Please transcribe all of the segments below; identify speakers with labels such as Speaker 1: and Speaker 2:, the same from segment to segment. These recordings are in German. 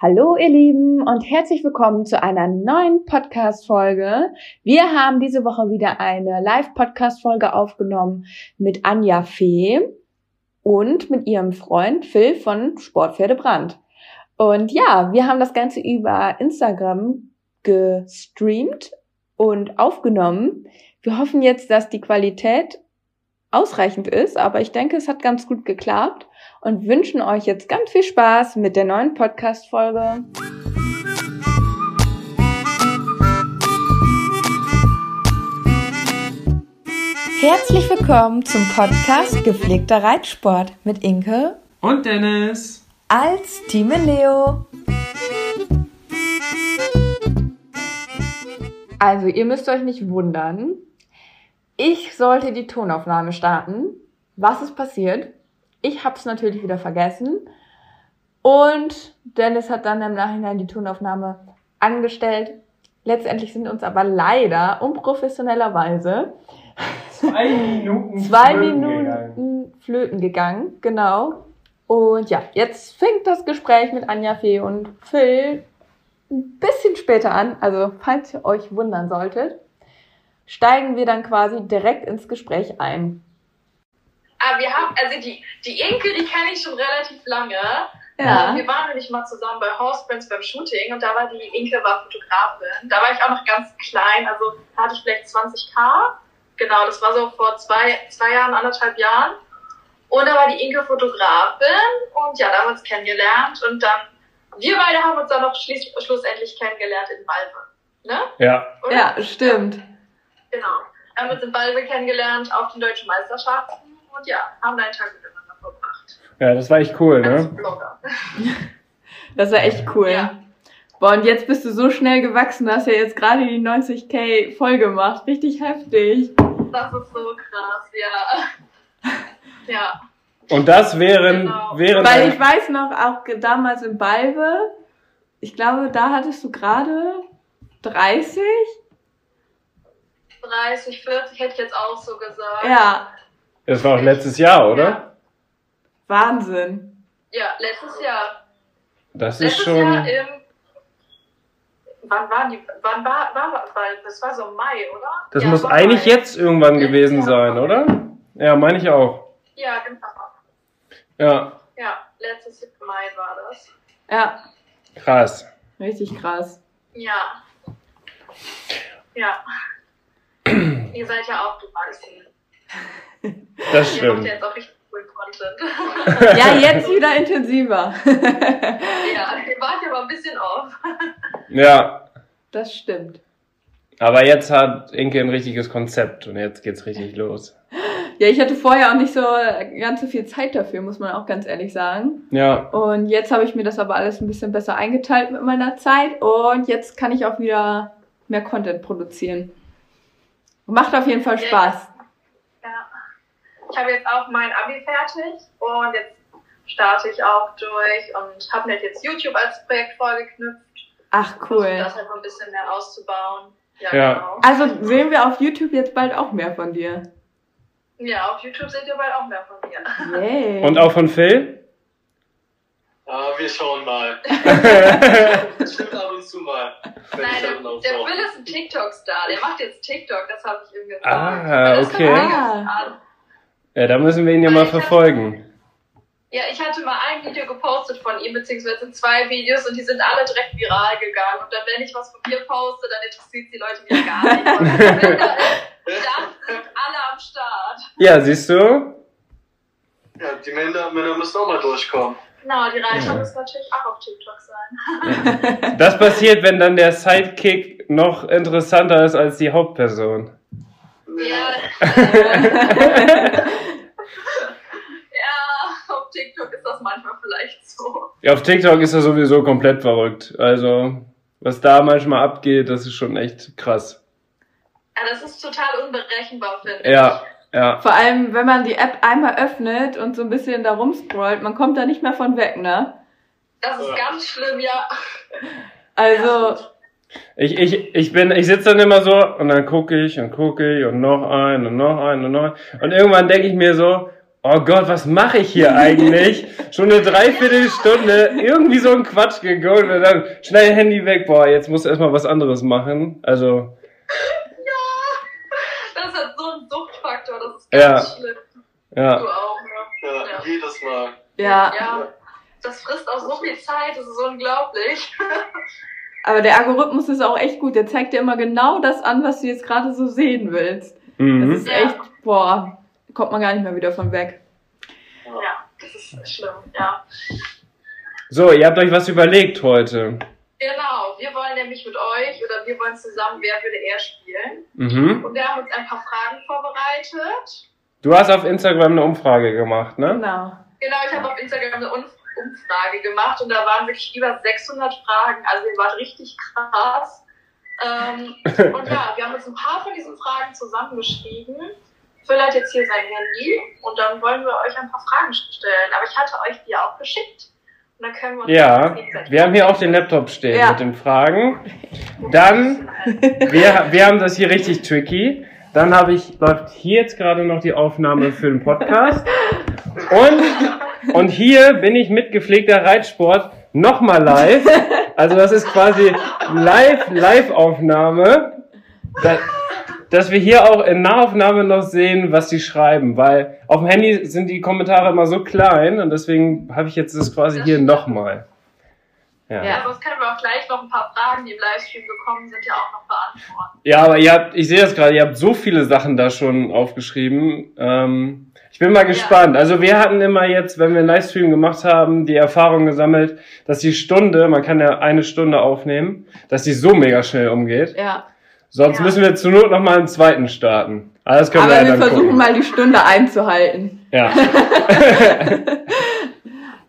Speaker 1: Hallo ihr Lieben und herzlich willkommen zu einer neuen Podcast-Folge. Wir haben diese Woche wieder eine Live-Podcast-Folge aufgenommen mit Anja Fee und mit ihrem Freund Phil von Sportpferde Brand. Und ja, wir haben das Ganze über Instagram gestreamt und aufgenommen. Wir hoffen jetzt, dass die Qualität ausreichend ist, aber ich denke, es hat ganz gut geklappt und wünschen euch jetzt ganz viel Spaß mit der neuen Podcast-Folge.
Speaker 2: Herzlich willkommen zum Podcast Gepflegter Reitsport mit Inke
Speaker 3: Und Dennis.
Speaker 2: als Team Leo.
Speaker 1: Also, ihr müsst euch nicht wundern. Ich sollte die Tonaufnahme starten. Was ist passiert? Ich hab's natürlich wieder vergessen. Und Dennis hat dann im Nachhinein die Tonaufnahme angestellt. Letztendlich sind uns aber leider unprofessionellerweise
Speaker 3: Zwei Minuten.
Speaker 1: zwei
Speaker 3: flöten
Speaker 1: Minuten
Speaker 3: gegangen.
Speaker 1: flöten gegangen. Genau. Und ja, jetzt fängt das Gespräch mit Anja Fee und Phil ein bisschen später an. Also, falls ihr euch wundern solltet, steigen wir dann quasi direkt ins Gespräch ein.
Speaker 4: Aber wir haben, also die, die Inke, die kenne ich schon relativ lange. Ähm, Wir waren nämlich mal zusammen bei Horseprints beim Shooting und da war die Inke war Fotografin. Da war ich auch noch ganz klein, also da hatte ich vielleicht 20k. Genau, das war so vor zwei, zwei Jahren, anderthalb Jahren. Und da war die Inke Fotografin und ja, da haben wir uns kennengelernt und dann, wir beide haben uns dann noch schließ, schlussendlich kennengelernt in Malve. Ne?
Speaker 3: Ja,
Speaker 4: Oder?
Speaker 1: Ja, stimmt.
Speaker 4: Genau. Wir haben uns in Balve kennengelernt auf den deutschen Meisterschaften und ja, haben einen Tag miteinander verbracht.
Speaker 3: ja, das war echt cool,
Speaker 4: Als
Speaker 3: ne?
Speaker 4: Blogger.
Speaker 1: Das war echt cool.
Speaker 4: Ja.
Speaker 1: Boah, und jetzt bist du so schnell gewachsen, hast ja jetzt gerade die 90k voll gemacht. Richtig heftig.
Speaker 4: Das ist so krass, ja. Ja,
Speaker 3: Und das während,
Speaker 4: Genau.
Speaker 3: während
Speaker 1: Weil
Speaker 3: ein-
Speaker 1: ich weiß noch, auch ge- damals in Balve, ich glaube, da hattest du gerade 30?
Speaker 4: 30, 40 hätte ich jetzt auch so gesagt.
Speaker 1: Ja,
Speaker 3: das war auch letztes Jahr, oder?
Speaker 1: Wahnsinn.
Speaker 4: Ja, letztes Jahr.
Speaker 3: Das ist
Speaker 4: Letztes
Speaker 3: schon.
Speaker 4: Jahr im. Wann waren die? Wann war, war Balve? Das war so im Mai, oder?
Speaker 3: Das
Speaker 4: Ja,
Speaker 3: muss
Speaker 4: war
Speaker 3: eigentlich
Speaker 4: Mai.
Speaker 3: jetzt irgendwann
Speaker 4: Letztes
Speaker 3: gewesen
Speaker 4: Jahr.
Speaker 3: sein, oder? Ja, meine ich auch.
Speaker 4: Ja, genau.
Speaker 3: Ja,
Speaker 4: Ja, letztes Jahr im Mai war das.
Speaker 1: Ja,
Speaker 3: krass.
Speaker 1: richtig krass.
Speaker 4: Ja. Ja. Ihr seid ja auch gewachsen.
Speaker 3: Das
Speaker 4: Ihr macht
Speaker 3: stimmt.
Speaker 4: ja jetzt auch richtig cool Content.
Speaker 1: Ja, jetzt wieder intensiver.
Speaker 4: ja, ihr wart ja mal ein bisschen auf.
Speaker 3: Ja,
Speaker 1: Das stimmt.
Speaker 3: aber jetzt hat Inke ein richtiges Konzept und jetzt geht's richtig los.
Speaker 1: Ja, ich hatte vorher auch nicht so äh, ganz so viel Zeit dafür, muss man auch ganz ehrlich sagen.
Speaker 3: Ja,
Speaker 1: Und jetzt habe ich mir das aber alles ein bisschen besser eingeteilt mit meiner Zeit und jetzt kann ich auch wieder mehr Content produzieren. Macht auf jeden Fall
Speaker 4: Ja.
Speaker 1: Spaß.
Speaker 4: Ja. Ich habe jetzt auch mein Abi fertig und jetzt starte ich auch durch und habe mir jetzt YouTube als Projekt vorgeknüpft,
Speaker 1: Ach
Speaker 4: um
Speaker 1: cool.
Speaker 4: das halt noch ein bisschen mehr auszubauen. Ja,
Speaker 3: Ja.
Speaker 4: genau.
Speaker 1: Also sehen wir auf YouTube jetzt bald auch mehr von dir.
Speaker 4: Ja, auf YouTube seht ihr bald auch mehr von mir.
Speaker 1: Yay.
Speaker 3: und auch von Phil?
Speaker 5: Ah, wir schauen mal. Das stimmt ab und zu mal. Wenn ich
Speaker 4: Nein,
Speaker 5: darin
Speaker 4: der,
Speaker 5: auch
Speaker 4: der
Speaker 5: brauche.
Speaker 4: Phil ist ein TikTok-Star. Der macht jetzt TikTok, das habe ich ihm gesagt.
Speaker 3: Ah,
Speaker 4: Das
Speaker 3: okay.
Speaker 4: kommt einiges an.
Speaker 3: ja, da müssen wir ihn ja mal verfolgen.
Speaker 4: Ja, ich hatte mal ein Video gepostet von ihm, beziehungsweise zwei Videos und die sind alle direkt viral gegangen. Und dann, wenn ich was von mir poste, dann interessiert die Leute wieder gar nicht. Und wenn da ist, dann sind alle am Start.
Speaker 3: Ja, siehst du?
Speaker 5: Ja, die Männer, Männer müssen auch mal durchkommen.
Speaker 4: Genau, die Reichweite
Speaker 3: Ja.
Speaker 4: muss natürlich auch auf TikTok sein.
Speaker 3: Das passiert, wenn dann der Sidekick noch interessanter ist als die Hauptperson.
Speaker 4: Ja, ja auf TikTok ist das manchmal vielleicht so.
Speaker 3: Ja, auf TikTok ist er sowieso komplett verrückt. Also, was da manchmal abgeht, das ist schon echt krass.
Speaker 4: Ja, das ist total unberechenbar, finde ich.
Speaker 3: Ja, ja.
Speaker 1: Vor allem, wenn man die App einmal öffnet und so ein bisschen da rumscrollt, man kommt da nicht mehr von weg, ne?
Speaker 4: Das ist
Speaker 5: Ja.
Speaker 4: ganz schlimm, ja.
Speaker 1: Also,
Speaker 3: Ich, ich, ich bin, ich sitze dann immer so und dann gucke ich und gucke ich und noch ein und noch ein und noch ein. Und irgendwann denke ich mir so, oh Gott, was mache ich hier eigentlich? Schon eine Dreiviertelstunde irgendwie so ein Quatsch geguckt und dann schnell Handy weg, boah, jetzt muss erstmal was anderes machen. Also,
Speaker 4: Das hat so einen Suchtfaktor, das ist ganz
Speaker 3: Ja.
Speaker 4: schlimm.
Speaker 3: ja.
Speaker 4: Du auch, ne?
Speaker 5: Ja,
Speaker 4: Ja.
Speaker 5: Jedes Mal.
Speaker 1: ja,
Speaker 4: Ja. Das frisst auch so viel Zeit, das ist unglaublich.
Speaker 1: aber der Algorithmus ist auch echt gut. Der zeigt dir immer genau das an, was du jetzt gerade so sehen willst. Das
Speaker 3: Mhm.
Speaker 1: ist
Speaker 4: Ja.
Speaker 1: echt, boah, kommt man gar nicht mehr wieder von weg.
Speaker 5: Ja.
Speaker 4: Ja, das ist schlimm, ja.
Speaker 3: So, ihr habt euch was überlegt heute.
Speaker 4: Genau, wir wollen nämlich mit euch oder wir wollen zusammen Wer würde eher spielen.
Speaker 3: Mhm.
Speaker 4: Und wir haben uns ein paar Fragen vorbereitet.
Speaker 3: Du hast auf Instagram eine Umfrage gemacht, ne?
Speaker 1: Genau.
Speaker 4: Genau, ich habe auf Instagram eine Umf- Umfrage gemacht und da waren wirklich über 600 Fragen. Also ihr wart richtig krass. Ähm, und ja, wir haben jetzt ein paar von diesen Fragen zusammengeschrieben. Phil hat jetzt hier sein Handy und dann wollen wir euch ein paar Fragen stellen. Aber ich hatte euch die ja auch geschickt. Und dann können wir uns
Speaker 3: Ja,
Speaker 4: das gegenseitig-
Speaker 3: wir haben hier auch den Laptop stehen
Speaker 1: Ja.
Speaker 3: mit den Fragen. Dann, wir, wir haben das hier richtig tricky. Dann habe ich, läuft hier jetzt gerade noch die Aufnahme für den Podcast. Und, und hier bin ich mit gepflegter Reitsport nochmal live. Also das ist quasi live, Live-Aufnahme. Da, dass wir hier auch in Nahaufnahme noch sehen, was die schreiben, weil auf dem Handy sind die Kommentare immer so klein und deswegen habe ich jetzt das quasi hier nochmal. Ja.
Speaker 4: Ja, sonst können wir auch gleich noch ein paar Fragen, die im Livestream gekommen sind, ja auch noch beantworten.
Speaker 3: Ja, aber ihr habt, ich sehe das gerade, ihr habt so viele Sachen da schon aufgeschrieben. Ähm, ich bin mal gespannt. Also wir hatten immer jetzt, wenn wir einen Livestream gemacht haben, die Erfahrung gesammelt, dass die Stunde, man kann ja eine Stunde aufnehmen, dass die so mega schnell umgeht.
Speaker 1: Ja.
Speaker 3: Sonst
Speaker 4: Ja.
Speaker 3: müssen wir zur Not nochmal einen zweiten starten. Aber das können
Speaker 1: Aber
Speaker 3: wir ja
Speaker 1: wir
Speaker 3: dann
Speaker 1: versuchen
Speaker 3: gucken.
Speaker 1: mal die Stunde einzuhalten.
Speaker 3: Ja.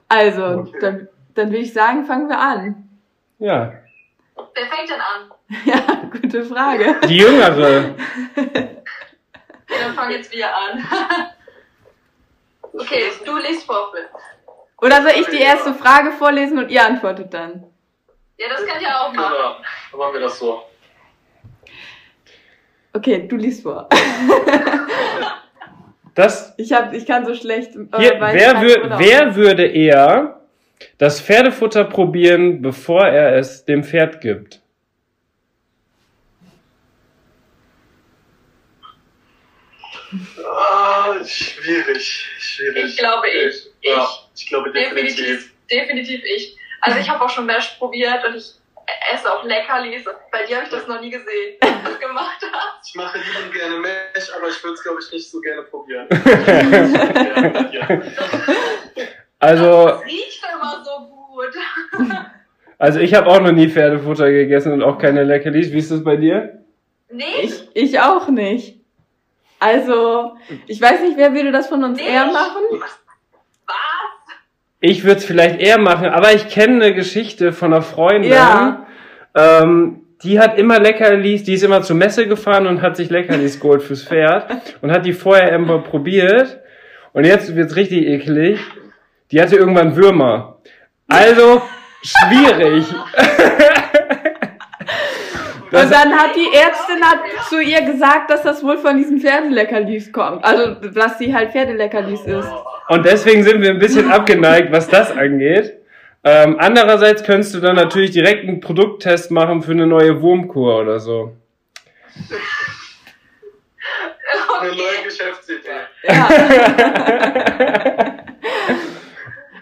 Speaker 1: Also,
Speaker 5: Okay.
Speaker 1: dann, dann würde ich sagen, fangen wir an.
Speaker 3: ja.
Speaker 4: Wer fängt denn an?
Speaker 1: Ja, gute Frage.
Speaker 3: Die Jüngere.
Speaker 4: Ja, dann fangen jetzt wir an. Okay, du liest vor, Phil.
Speaker 1: Oder soll ich die erste Frage vorlesen und ihr antwortet dann?
Speaker 4: Ja, das kann ich ja auch machen.
Speaker 5: Genau, dann machen wir das so.
Speaker 1: Okay, du liest vor.
Speaker 3: Das
Speaker 1: Ich, hab, ich kann so schlecht. äh,
Speaker 3: hier,
Speaker 1: weil ich
Speaker 3: wer,
Speaker 1: keinen
Speaker 3: wür,
Speaker 1: Urlaub
Speaker 3: wer
Speaker 1: hab.
Speaker 3: würde eher das Pferdefutter probieren, bevor er es dem Pferd gibt?
Speaker 5: Ah, schwierig, schwierig.
Speaker 4: Ich glaube, ich. Ich.
Speaker 5: Ja, ich glaube
Speaker 3: Genau,
Speaker 5: definitiv.
Speaker 4: Definitiv, definitiv ich. Also ich habe auch schon Mesh probiert und ich esse auch Leckerlis. Bei dir habe ich das noch nie gesehen, dass du das gemacht hast.
Speaker 5: Ich mache lieben gerne Mesh, aber ich würde es, glaube ich, nicht so gerne probieren. ja, ja.
Speaker 3: Also,
Speaker 4: Das riecht immer so gut.
Speaker 3: also ich habe auch noch nie Pferdefutter gegessen und auch keine Leckerlis. Wie ist das bei dir?
Speaker 4: Nicht?
Speaker 1: Ich, ich auch nicht. Also, ich weiß nicht, wer würde das von uns
Speaker 4: Nee.
Speaker 1: eher machen?
Speaker 4: Was?
Speaker 3: Ich würde es vielleicht eher machen, aber ich kenne eine Geschichte von einer Freundin.
Speaker 1: Ja.
Speaker 3: Ähm, die hat immer Leckerlis, die ist immer zur Messe gefahren und hat sich Leckerlis geholt fürs Pferd und hat die vorher immer probiert. Und jetzt wird's richtig eklig. Die hatte irgendwann Würmer. Also schwierig.
Speaker 1: und dann hat die Ärztin hat zu ihr gesagt, dass das wohl von diesen Pferdeleckerlis kommt. Also, dass sie halt Pferdeleckerlis ist.
Speaker 3: Und deswegen sind wir ein bisschen abgeneigt, was das angeht. Ähm, andererseits könntest du dann natürlich direkt einen Produkttest machen für eine neue Wurmkur oder so.
Speaker 5: Eine neue Geschäftsidee.
Speaker 1: Ja.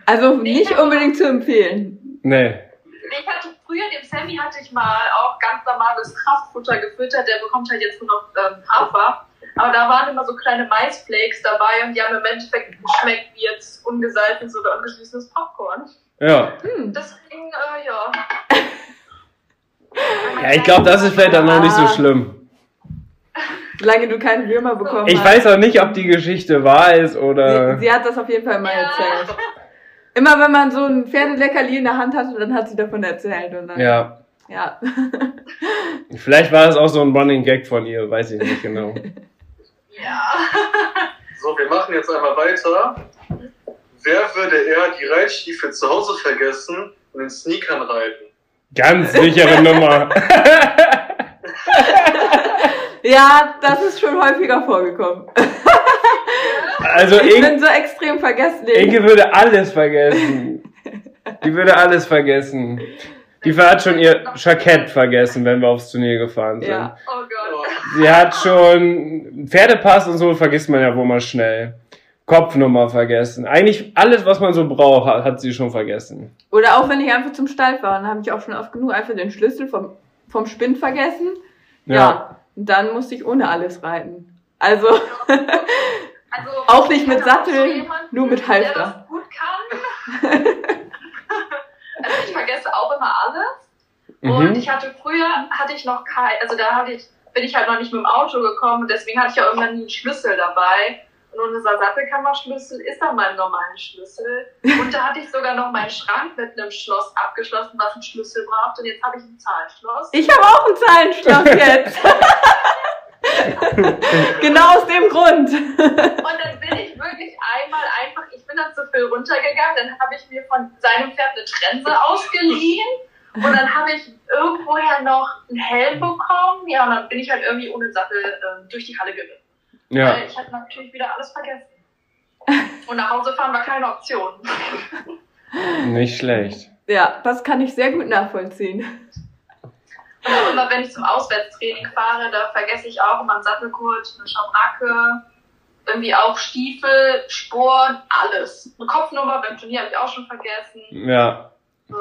Speaker 1: also, nicht unbedingt zu empfehlen.
Speaker 3: Nee.
Speaker 4: Ich hatte früher, dem Sammy hatte ich mal auch ganz normales Kraftfutter gefüttert. Der bekommt halt jetzt nur noch ähm, Hafer. Aber da waren immer so kleine Maisflakes dabei und die haben im Endeffekt geschmeckt wie jetzt ungesalzenes oder ungesüßtes Popcorn.
Speaker 3: Ja.
Speaker 4: Deswegen, äh, ja.
Speaker 3: Ja, ich glaube, das ist vielleicht dann noch nicht so schlimm.
Speaker 1: Solange du keinen Würmer bekommen
Speaker 3: Ich äh,
Speaker 1: hast.
Speaker 3: weiß auch nicht, ob die Geschichte wahr ist
Speaker 1: Sie,
Speaker 3: oder.
Speaker 1: sie hat das auf jeden Fall mal
Speaker 4: Ja.
Speaker 1: erzählt.
Speaker 6: Immer wenn man so ein Pferdeleckerli in der Hand hatte, dann hat sie davon erzählt. Und dann,
Speaker 3: Ja.
Speaker 6: ja.
Speaker 3: Vielleicht war es auch so ein Running Gag von ihr, weiß ich nicht genau.
Speaker 4: Ja.
Speaker 5: So, wir machen jetzt einmal weiter. Wer würde eher die Reitstiefel zu Hause vergessen und in Sneakern reiten?
Speaker 3: Ganz sichere Nummer.
Speaker 6: ja, das ist schon häufiger vorgekommen.
Speaker 3: Also
Speaker 6: Ich
Speaker 3: Inge,
Speaker 6: bin so extrem vergesslich.
Speaker 3: Inge würde alles vergessen. Die würde alles vergessen. Die hat schon ihr Jackett vergessen, wenn wir aufs Turnier gefahren sind.
Speaker 6: Ja.
Speaker 4: Oh Gott.
Speaker 5: Oh,
Speaker 3: Sie hat schon Pferdepass und so vergisst man ja wohl mal schnell. Kopfnummer vergessen. Eigentlich alles, was man so braucht, hat, hat sie schon vergessen.
Speaker 6: Oder auch wenn ich einfach zum Stall war, dann habe ich auch schon oft genug einfach den Schlüssel vom, vom Spind vergessen. Ja. Und dann musste ich ohne alles reiten. Also,
Speaker 4: Also,
Speaker 6: Auch nicht mit
Speaker 4: ich hatte auch
Speaker 6: Sattel,
Speaker 4: so jemanden,
Speaker 6: nur mit
Speaker 4: Der
Speaker 6: Halfter.
Speaker 4: das gut kann. also ich vergesse auch immer alles. Und
Speaker 3: Mhm.
Speaker 4: ich hatte früher, hatte ich noch kein, also da hatte ich, bin ich halt noch nicht mit dem Auto gekommen und deswegen hatte ich auch immer nie einen Schlüssel dabei. Und unser Sattelkammerschlüssel ist dann mein normalen Schlüssel. Und da hatte ich sogar noch meinen Schrank mit einem Schloss abgeschlossen, was einen Schlüssel braucht. Und jetzt habe ich ein Zahlenschloss.
Speaker 6: ich habe auch einen Zahlenstoff jetzt. genau aus dem Grund.
Speaker 4: Und dann bin ich wirklich einmal einfach, ich bin dann zu Phil runtergegangen, dann habe ich mir von seinem Pferd eine Trense ausgeliehen und dann habe ich irgendwoher noch einen Helm bekommen. Ja, und dann bin ich halt irgendwie ohne Sattel ähm, durch die Halle geritten.
Speaker 3: Ja.
Speaker 4: Weil ich hatte natürlich wieder alles vergessen. Und nach Hause fahren war keine Option. halt-
Speaker 3: Nicht schlecht.
Speaker 6: Ja, das kann ich sehr gut nachvollziehen.
Speaker 4: Und auch immer, wenn ich zum Auswärtstraining fahre, da vergesse ich auch immer einen Sattelgurt, eine Schabracke, irgendwie auch Stiefel, Sporen, alles. Eine Kopfnummer beim Turnier habe ich auch schon vergessen.
Speaker 3: Ja.
Speaker 4: So.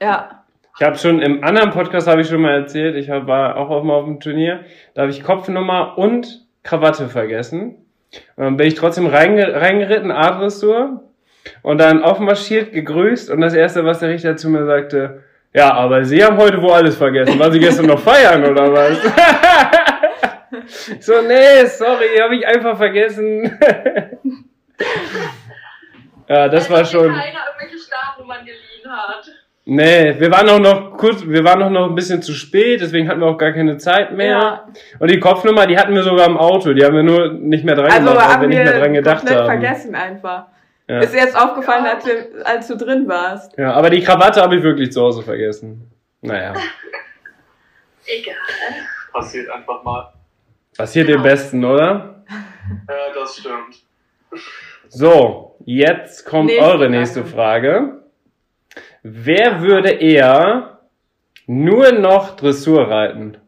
Speaker 6: Ja.
Speaker 3: Ich habe schon im anderen Podcast habe ich schon mal erzählt, ich hab, war auch auf, mal auf dem Turnier, da habe ich Kopfnummer und Krawatte vergessen. Und dann bin ich trotzdem reinge reingeritten, A-Dressur, und dann aufmarschiert, gegrüßt, und das erste, was der Richter zu mir sagte, ja, aber Sie haben heute wohl alles vergessen. Waren Sie gestern noch feiern oder was? Ich so, nee, sorry, habe ich einfach vergessen. ja, das
Speaker 4: Also,
Speaker 3: war
Speaker 4: dass dir
Speaker 3: schon.
Speaker 4: keiner irgendwelche Startnummern geliehen hat.
Speaker 3: Nee, wir waren auch noch kurz, wir waren auch noch ein bisschen zu spät, deswegen hatten wir auch gar keine Zeit mehr.
Speaker 6: ja.
Speaker 3: Und die Kopfnummer, die hatten wir sogar im Auto, die haben wir nur nicht mehr dran
Speaker 6: Also
Speaker 3: gemacht, weil wir
Speaker 6: haben
Speaker 3: nicht
Speaker 6: wir
Speaker 3: mehr dran gedacht
Speaker 6: komplett
Speaker 3: haben.
Speaker 6: vergessen einfach.
Speaker 3: Ja.
Speaker 6: Ist erst aufgefallen, als, wir, als du drin warst.
Speaker 3: ja, aber die Krawatte habe ich wirklich zu Hause vergessen. Naja,
Speaker 4: Egal.
Speaker 5: passiert einfach mal.
Speaker 3: passiert
Speaker 4: Genau.
Speaker 3: dem Besten, oder?
Speaker 5: Ja, das stimmt.
Speaker 3: So, jetzt kommt
Speaker 6: Nächste
Speaker 3: eure nächste Frage. Wer würde eher nur noch Dressur reiten?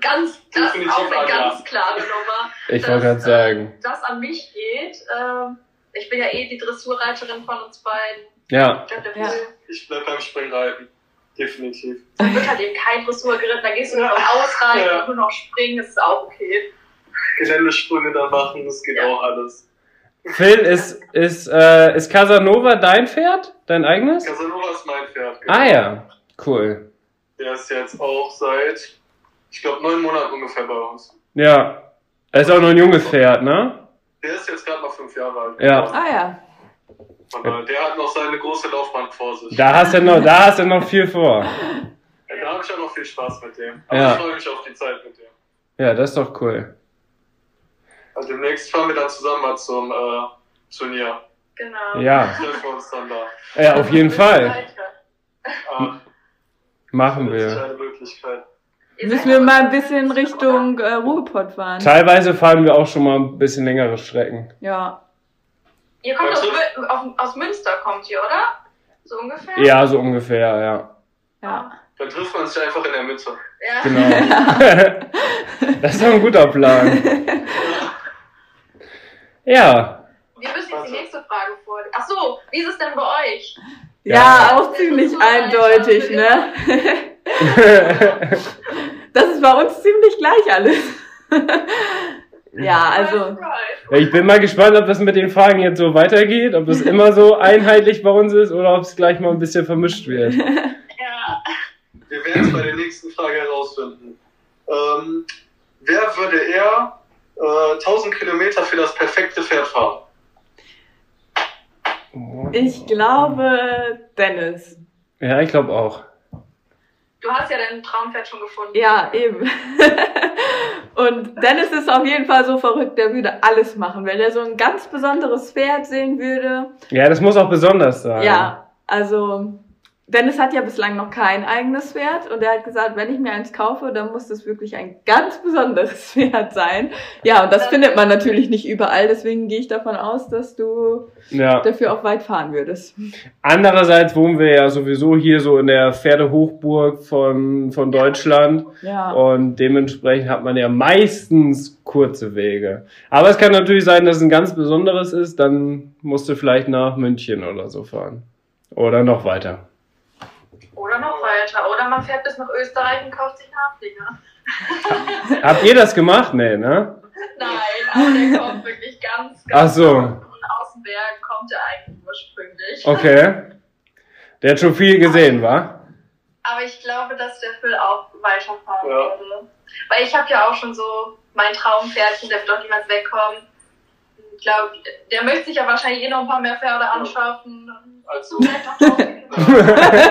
Speaker 4: Ganz, das ist
Speaker 5: Definitiv
Speaker 4: auch eine
Speaker 5: Anja.
Speaker 4: ganz klare Nummer.
Speaker 3: Ich wollte gerade
Speaker 4: Das,
Speaker 3: sagen.
Speaker 4: Das an mich geht. Ähm, ich bin ja eh die Dressurreiterin von uns beiden.
Speaker 3: Ja,
Speaker 4: Ich glaub, der
Speaker 6: Ja.
Speaker 4: Phil
Speaker 5: Ich bleib beim Springreiten. Definitiv.
Speaker 4: wird halt eben kein Dressur geritten. Da gehst du nur noch ausreiten
Speaker 5: Ja.
Speaker 4: und nur noch springen. Das ist auch okay.
Speaker 5: Geländesprünge da machen, das geht
Speaker 4: Ja.
Speaker 5: auch alles.
Speaker 3: Phil, ist, ist, äh, ist Casanova dein Pferd? Dein eigenes?
Speaker 5: Casanova ist mein Pferd. genau.
Speaker 3: Ah ja, cool.
Speaker 5: Der ist jetzt auch seit, ich glaube, neun Monaten ungefähr bei uns.
Speaker 3: Ja. Er ist auch noch ein junges Pferd, ne?
Speaker 5: Der ist jetzt gerade mal fünf Jahre alt.
Speaker 3: Ja.
Speaker 6: Ah ja.
Speaker 5: Und, äh, der hat noch seine große Laufbahn vor sich.
Speaker 3: Da hast du noch, da hast du noch viel vor.
Speaker 5: Ja, da habe ich auch noch viel Spaß mit dem. Aber
Speaker 3: Ja.
Speaker 5: ich freue mich auf die Zeit mit dem.
Speaker 3: Ja, das ist doch cool.
Speaker 5: Also demnächst fahren wir dann zusammen mal zum äh, Turnier.
Speaker 4: Genau.
Speaker 3: Ja.
Speaker 5: Treffen wir uns dann da.
Speaker 3: Ja, auf jeden Fall.
Speaker 5: Ah,
Speaker 3: Machen
Speaker 5: das ist
Speaker 3: wir.
Speaker 5: eine Möglichkeit.
Speaker 6: Müssen wir mal ein bisschen Richtung äh, Ruhrpott fahren.
Speaker 3: Teilweise fahren wir auch schon mal ein bisschen längere Strecken.
Speaker 6: Ja.
Speaker 4: Ihr kommt aus,
Speaker 5: Weißt du?
Speaker 4: Mün- auf, aus Münster, kommt ihr, oder? So ungefähr?
Speaker 3: Ja, so ungefähr, ja.
Speaker 6: Ja.
Speaker 5: Dann trifft man sich einfach in der Mitte.
Speaker 4: Ja.
Speaker 3: Genau. Das ist doch ein guter Plan. Ja.
Speaker 4: Wir müssen jetzt die nächste Frage vor. Ach so, wie ist es denn bei euch?
Speaker 6: Ja,
Speaker 4: Ja.
Speaker 6: auch ziemlich eindeutig, ne? Das ist bei uns ziemlich gleich alles. Ja, also,
Speaker 4: Surprise.
Speaker 3: Ich bin mal gespannt, ob das mit den Fragen jetzt so weitergeht, ob das immer so einheitlich bei uns ist oder ob es gleich mal ein bisschen vermischt wird.
Speaker 4: Ja.
Speaker 5: Wir werden es bei der nächsten Frage herausfinden. Ähm, wer würde eher äh, 1000 Kilometer für das perfekte Pferd fahren?
Speaker 1: Ich glaube Dennis.
Speaker 3: Ja, ich glaube auch.
Speaker 4: Du hast ja dein Traumpferd schon gefunden.
Speaker 1: Ja, eben. Und Dennis ist auf jeden Fall so verrückt, der würde alles machen. Wenn er so ein ganz besonderes Pferd sehen würde.
Speaker 3: Ja, das muss auch besonders sein.
Speaker 1: Ja, also Dennis hat ja bislang noch kein eigenes Pferd und er hat gesagt, wenn ich mir eins kaufe, dann muss das wirklich ein ganz besonderes Pferd sein. Ja, und das findet man natürlich nicht überall, deswegen gehe ich davon aus, dass du
Speaker 3: ja.
Speaker 1: dafür auch weit fahren würdest.
Speaker 3: Andererseits wohnen wir ja sowieso hier so in der Pferdehochburg von, von Deutschland
Speaker 1: Ja.
Speaker 3: und dementsprechend hat man ja meistens kurze Wege. Aber es kann natürlich sein, dass es ein ganz besonderes ist, dann musst du vielleicht nach München oder so fahren. Oder noch weiter.
Speaker 4: Oder noch weiter. Oder man fährt bis nach Österreich und kauft sich einen Haflinger.
Speaker 3: Habt ihr das gemacht? Nee, ne?
Speaker 4: Nein, aber der kommt wirklich ganz, ganz
Speaker 3: Ach so,
Speaker 4: von aus dem Berg kommt er eigentlich ursprünglich.
Speaker 3: okay. Der hat schon viel gesehen, wa?
Speaker 4: Aber ich glaube, dass der Phil auch weiterfahren
Speaker 5: Ja.
Speaker 4: würde. Weil ich habe ja auch schon so mein Traumpferdchen, der wird doch niemals wegkommen. Ich glaube, der möchte sich ja wahrscheinlich eh noch ein paar mehr Pferde anschaffen.
Speaker 5: Also,
Speaker 4: Vielleicht auch noch-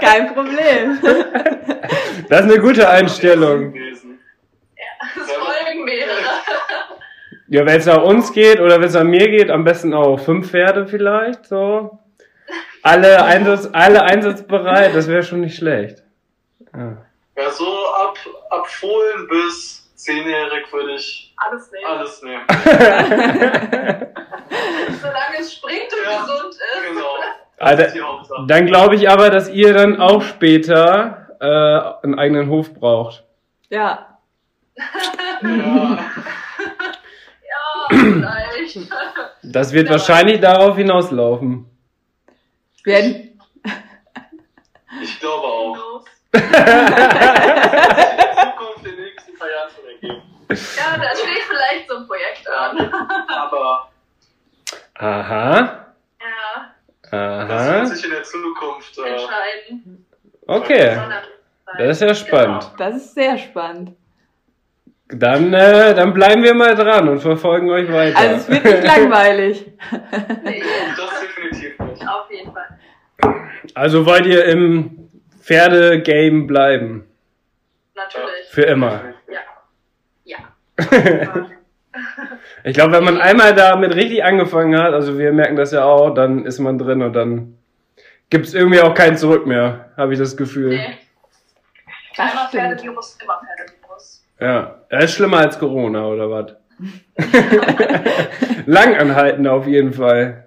Speaker 1: Kein Problem.
Speaker 3: Das ist eine gute Einstellung.
Speaker 5: Gewesen.
Speaker 4: Es folgen mehrere.
Speaker 3: Ja, wenn es nach uns geht oder wenn es an mir geht, am besten auch fünf Pferde vielleicht, so. Alle, Einsatz, alle einsatzbereit, das wäre schon nicht schlecht. Ja.
Speaker 5: Ja, so ab, ab Fohlen bis zehnjährig würde ich
Speaker 4: Alles nehmen.
Speaker 5: alles nehmen.
Speaker 4: Solange es springt und
Speaker 5: Ja.
Speaker 4: gesund ist.
Speaker 5: Genau. Das ist
Speaker 3: Alter,
Speaker 5: die Hauptsache.
Speaker 3: dann glaube ich aber, dass ihr dann auch später äh, einen eigenen Hof braucht.
Speaker 1: Ja.
Speaker 5: Ja.
Speaker 4: Ja, vielleicht.
Speaker 3: Das
Speaker 5: Genau.
Speaker 3: wird wahrscheinlich darauf hinauslaufen.
Speaker 1: Werden,
Speaker 5: Ich glaube auch.
Speaker 4: Ja,
Speaker 5: In Zukunft in den nächsten paar Jahren schon ergeben.
Speaker 4: da steht vielleicht so ein Projekt an.
Speaker 5: Aber
Speaker 3: Aha,
Speaker 4: Ja,
Speaker 5: das wird
Speaker 3: aha.
Speaker 5: sich in der Zukunft. Äh,
Speaker 4: entscheiden.
Speaker 3: Okay, das ist ja spannend.
Speaker 1: das ist sehr spannend.
Speaker 3: Dann, äh, dann bleiben wir mal dran und verfolgen euch weiter.
Speaker 1: Also es wird nicht langweilig.
Speaker 4: Nee,
Speaker 5: das definitiv nicht.
Speaker 4: auf jeden Fall.
Speaker 3: Also wollt ihr im Pferdegame bleiben.
Speaker 4: Natürlich.
Speaker 3: Für immer.
Speaker 4: Ja.
Speaker 3: Ich glaube, wenn man einmal damit richtig angefangen hat, also wir merken das ja auch, dann ist man drin und dann gibt's irgendwie auch kein Zurück mehr, habe ich das Gefühl.
Speaker 4: Nee. Einmal
Speaker 1: stimmt.
Speaker 4: Pferdevirus, immer Pferdevirus.
Speaker 3: Ja. Das ist schlimmer als Corona, oder was? Langanhaltend auf jeden Fall.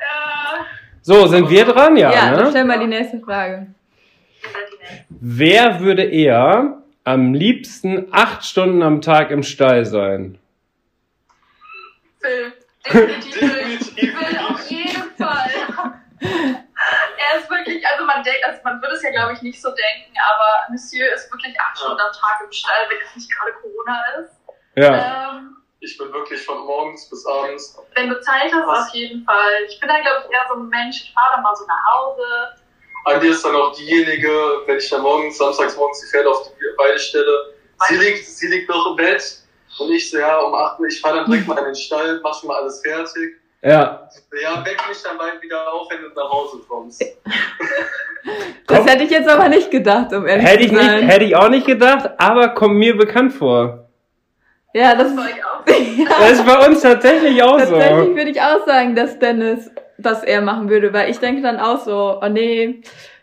Speaker 4: Ja,
Speaker 3: So, sind wir dran? Ja,
Speaker 1: ja, dann
Speaker 3: ne?
Speaker 1: stell mal die nächste Frage.
Speaker 4: ihr seid die Nächsten.
Speaker 3: Wer würde eher am liebsten acht Stunden am Tag im Stall sein?
Speaker 4: Phil, definitiv Phil.
Speaker 5: Definitiv
Speaker 4: Phil, auf jeden Fall. Er ist wirklich, also man denkt, also man würde es ja glaube ich nicht so denken, aber Monsieur ist wirklich acht
Speaker 5: Ja.
Speaker 4: Stunden am Tag im Stall, wenn es nicht gerade Corona ist.
Speaker 3: Ja.
Speaker 4: Ähm,
Speaker 5: Ich bin wirklich von morgens bis abends.
Speaker 4: Wenn du Zeit hast,
Speaker 5: Was?
Speaker 4: auf jeden Fall. Ich bin dann, glaube ich, eher so ein Mensch, ich fahre dann mal so nach Hause.
Speaker 5: Andi ist dann auch diejenige, wenn ich dann morgens, samstags morgens die Pferde auf die Weide stelle. Sie liegt, sie liegt noch im Bett und ich so, ja, um 8 Uhr, ich fahre dann direkt mal in den Stall, mach schon mal alles fertig.
Speaker 1: Äh,
Speaker 3: Ja.
Speaker 5: Ja, weck mich dann bald wieder auf, wenn du nach Hause kommst.
Speaker 1: Das
Speaker 3: Komm.
Speaker 1: hätte ich jetzt aber nicht gedacht, um ehrlich
Speaker 3: Hätte ich,
Speaker 1: zu
Speaker 3: nicht,
Speaker 1: sein.
Speaker 3: hätte ich auch nicht gedacht, aber kommt mir bekannt vor.
Speaker 1: ja, das
Speaker 4: war ich auch.
Speaker 1: ja,
Speaker 3: Das ist bei uns tatsächlich auch
Speaker 1: tatsächlich
Speaker 3: so.
Speaker 1: würde ich auch sagen, dass Dennis das eher machen würde, weil ich denke dann auch so, oh nee,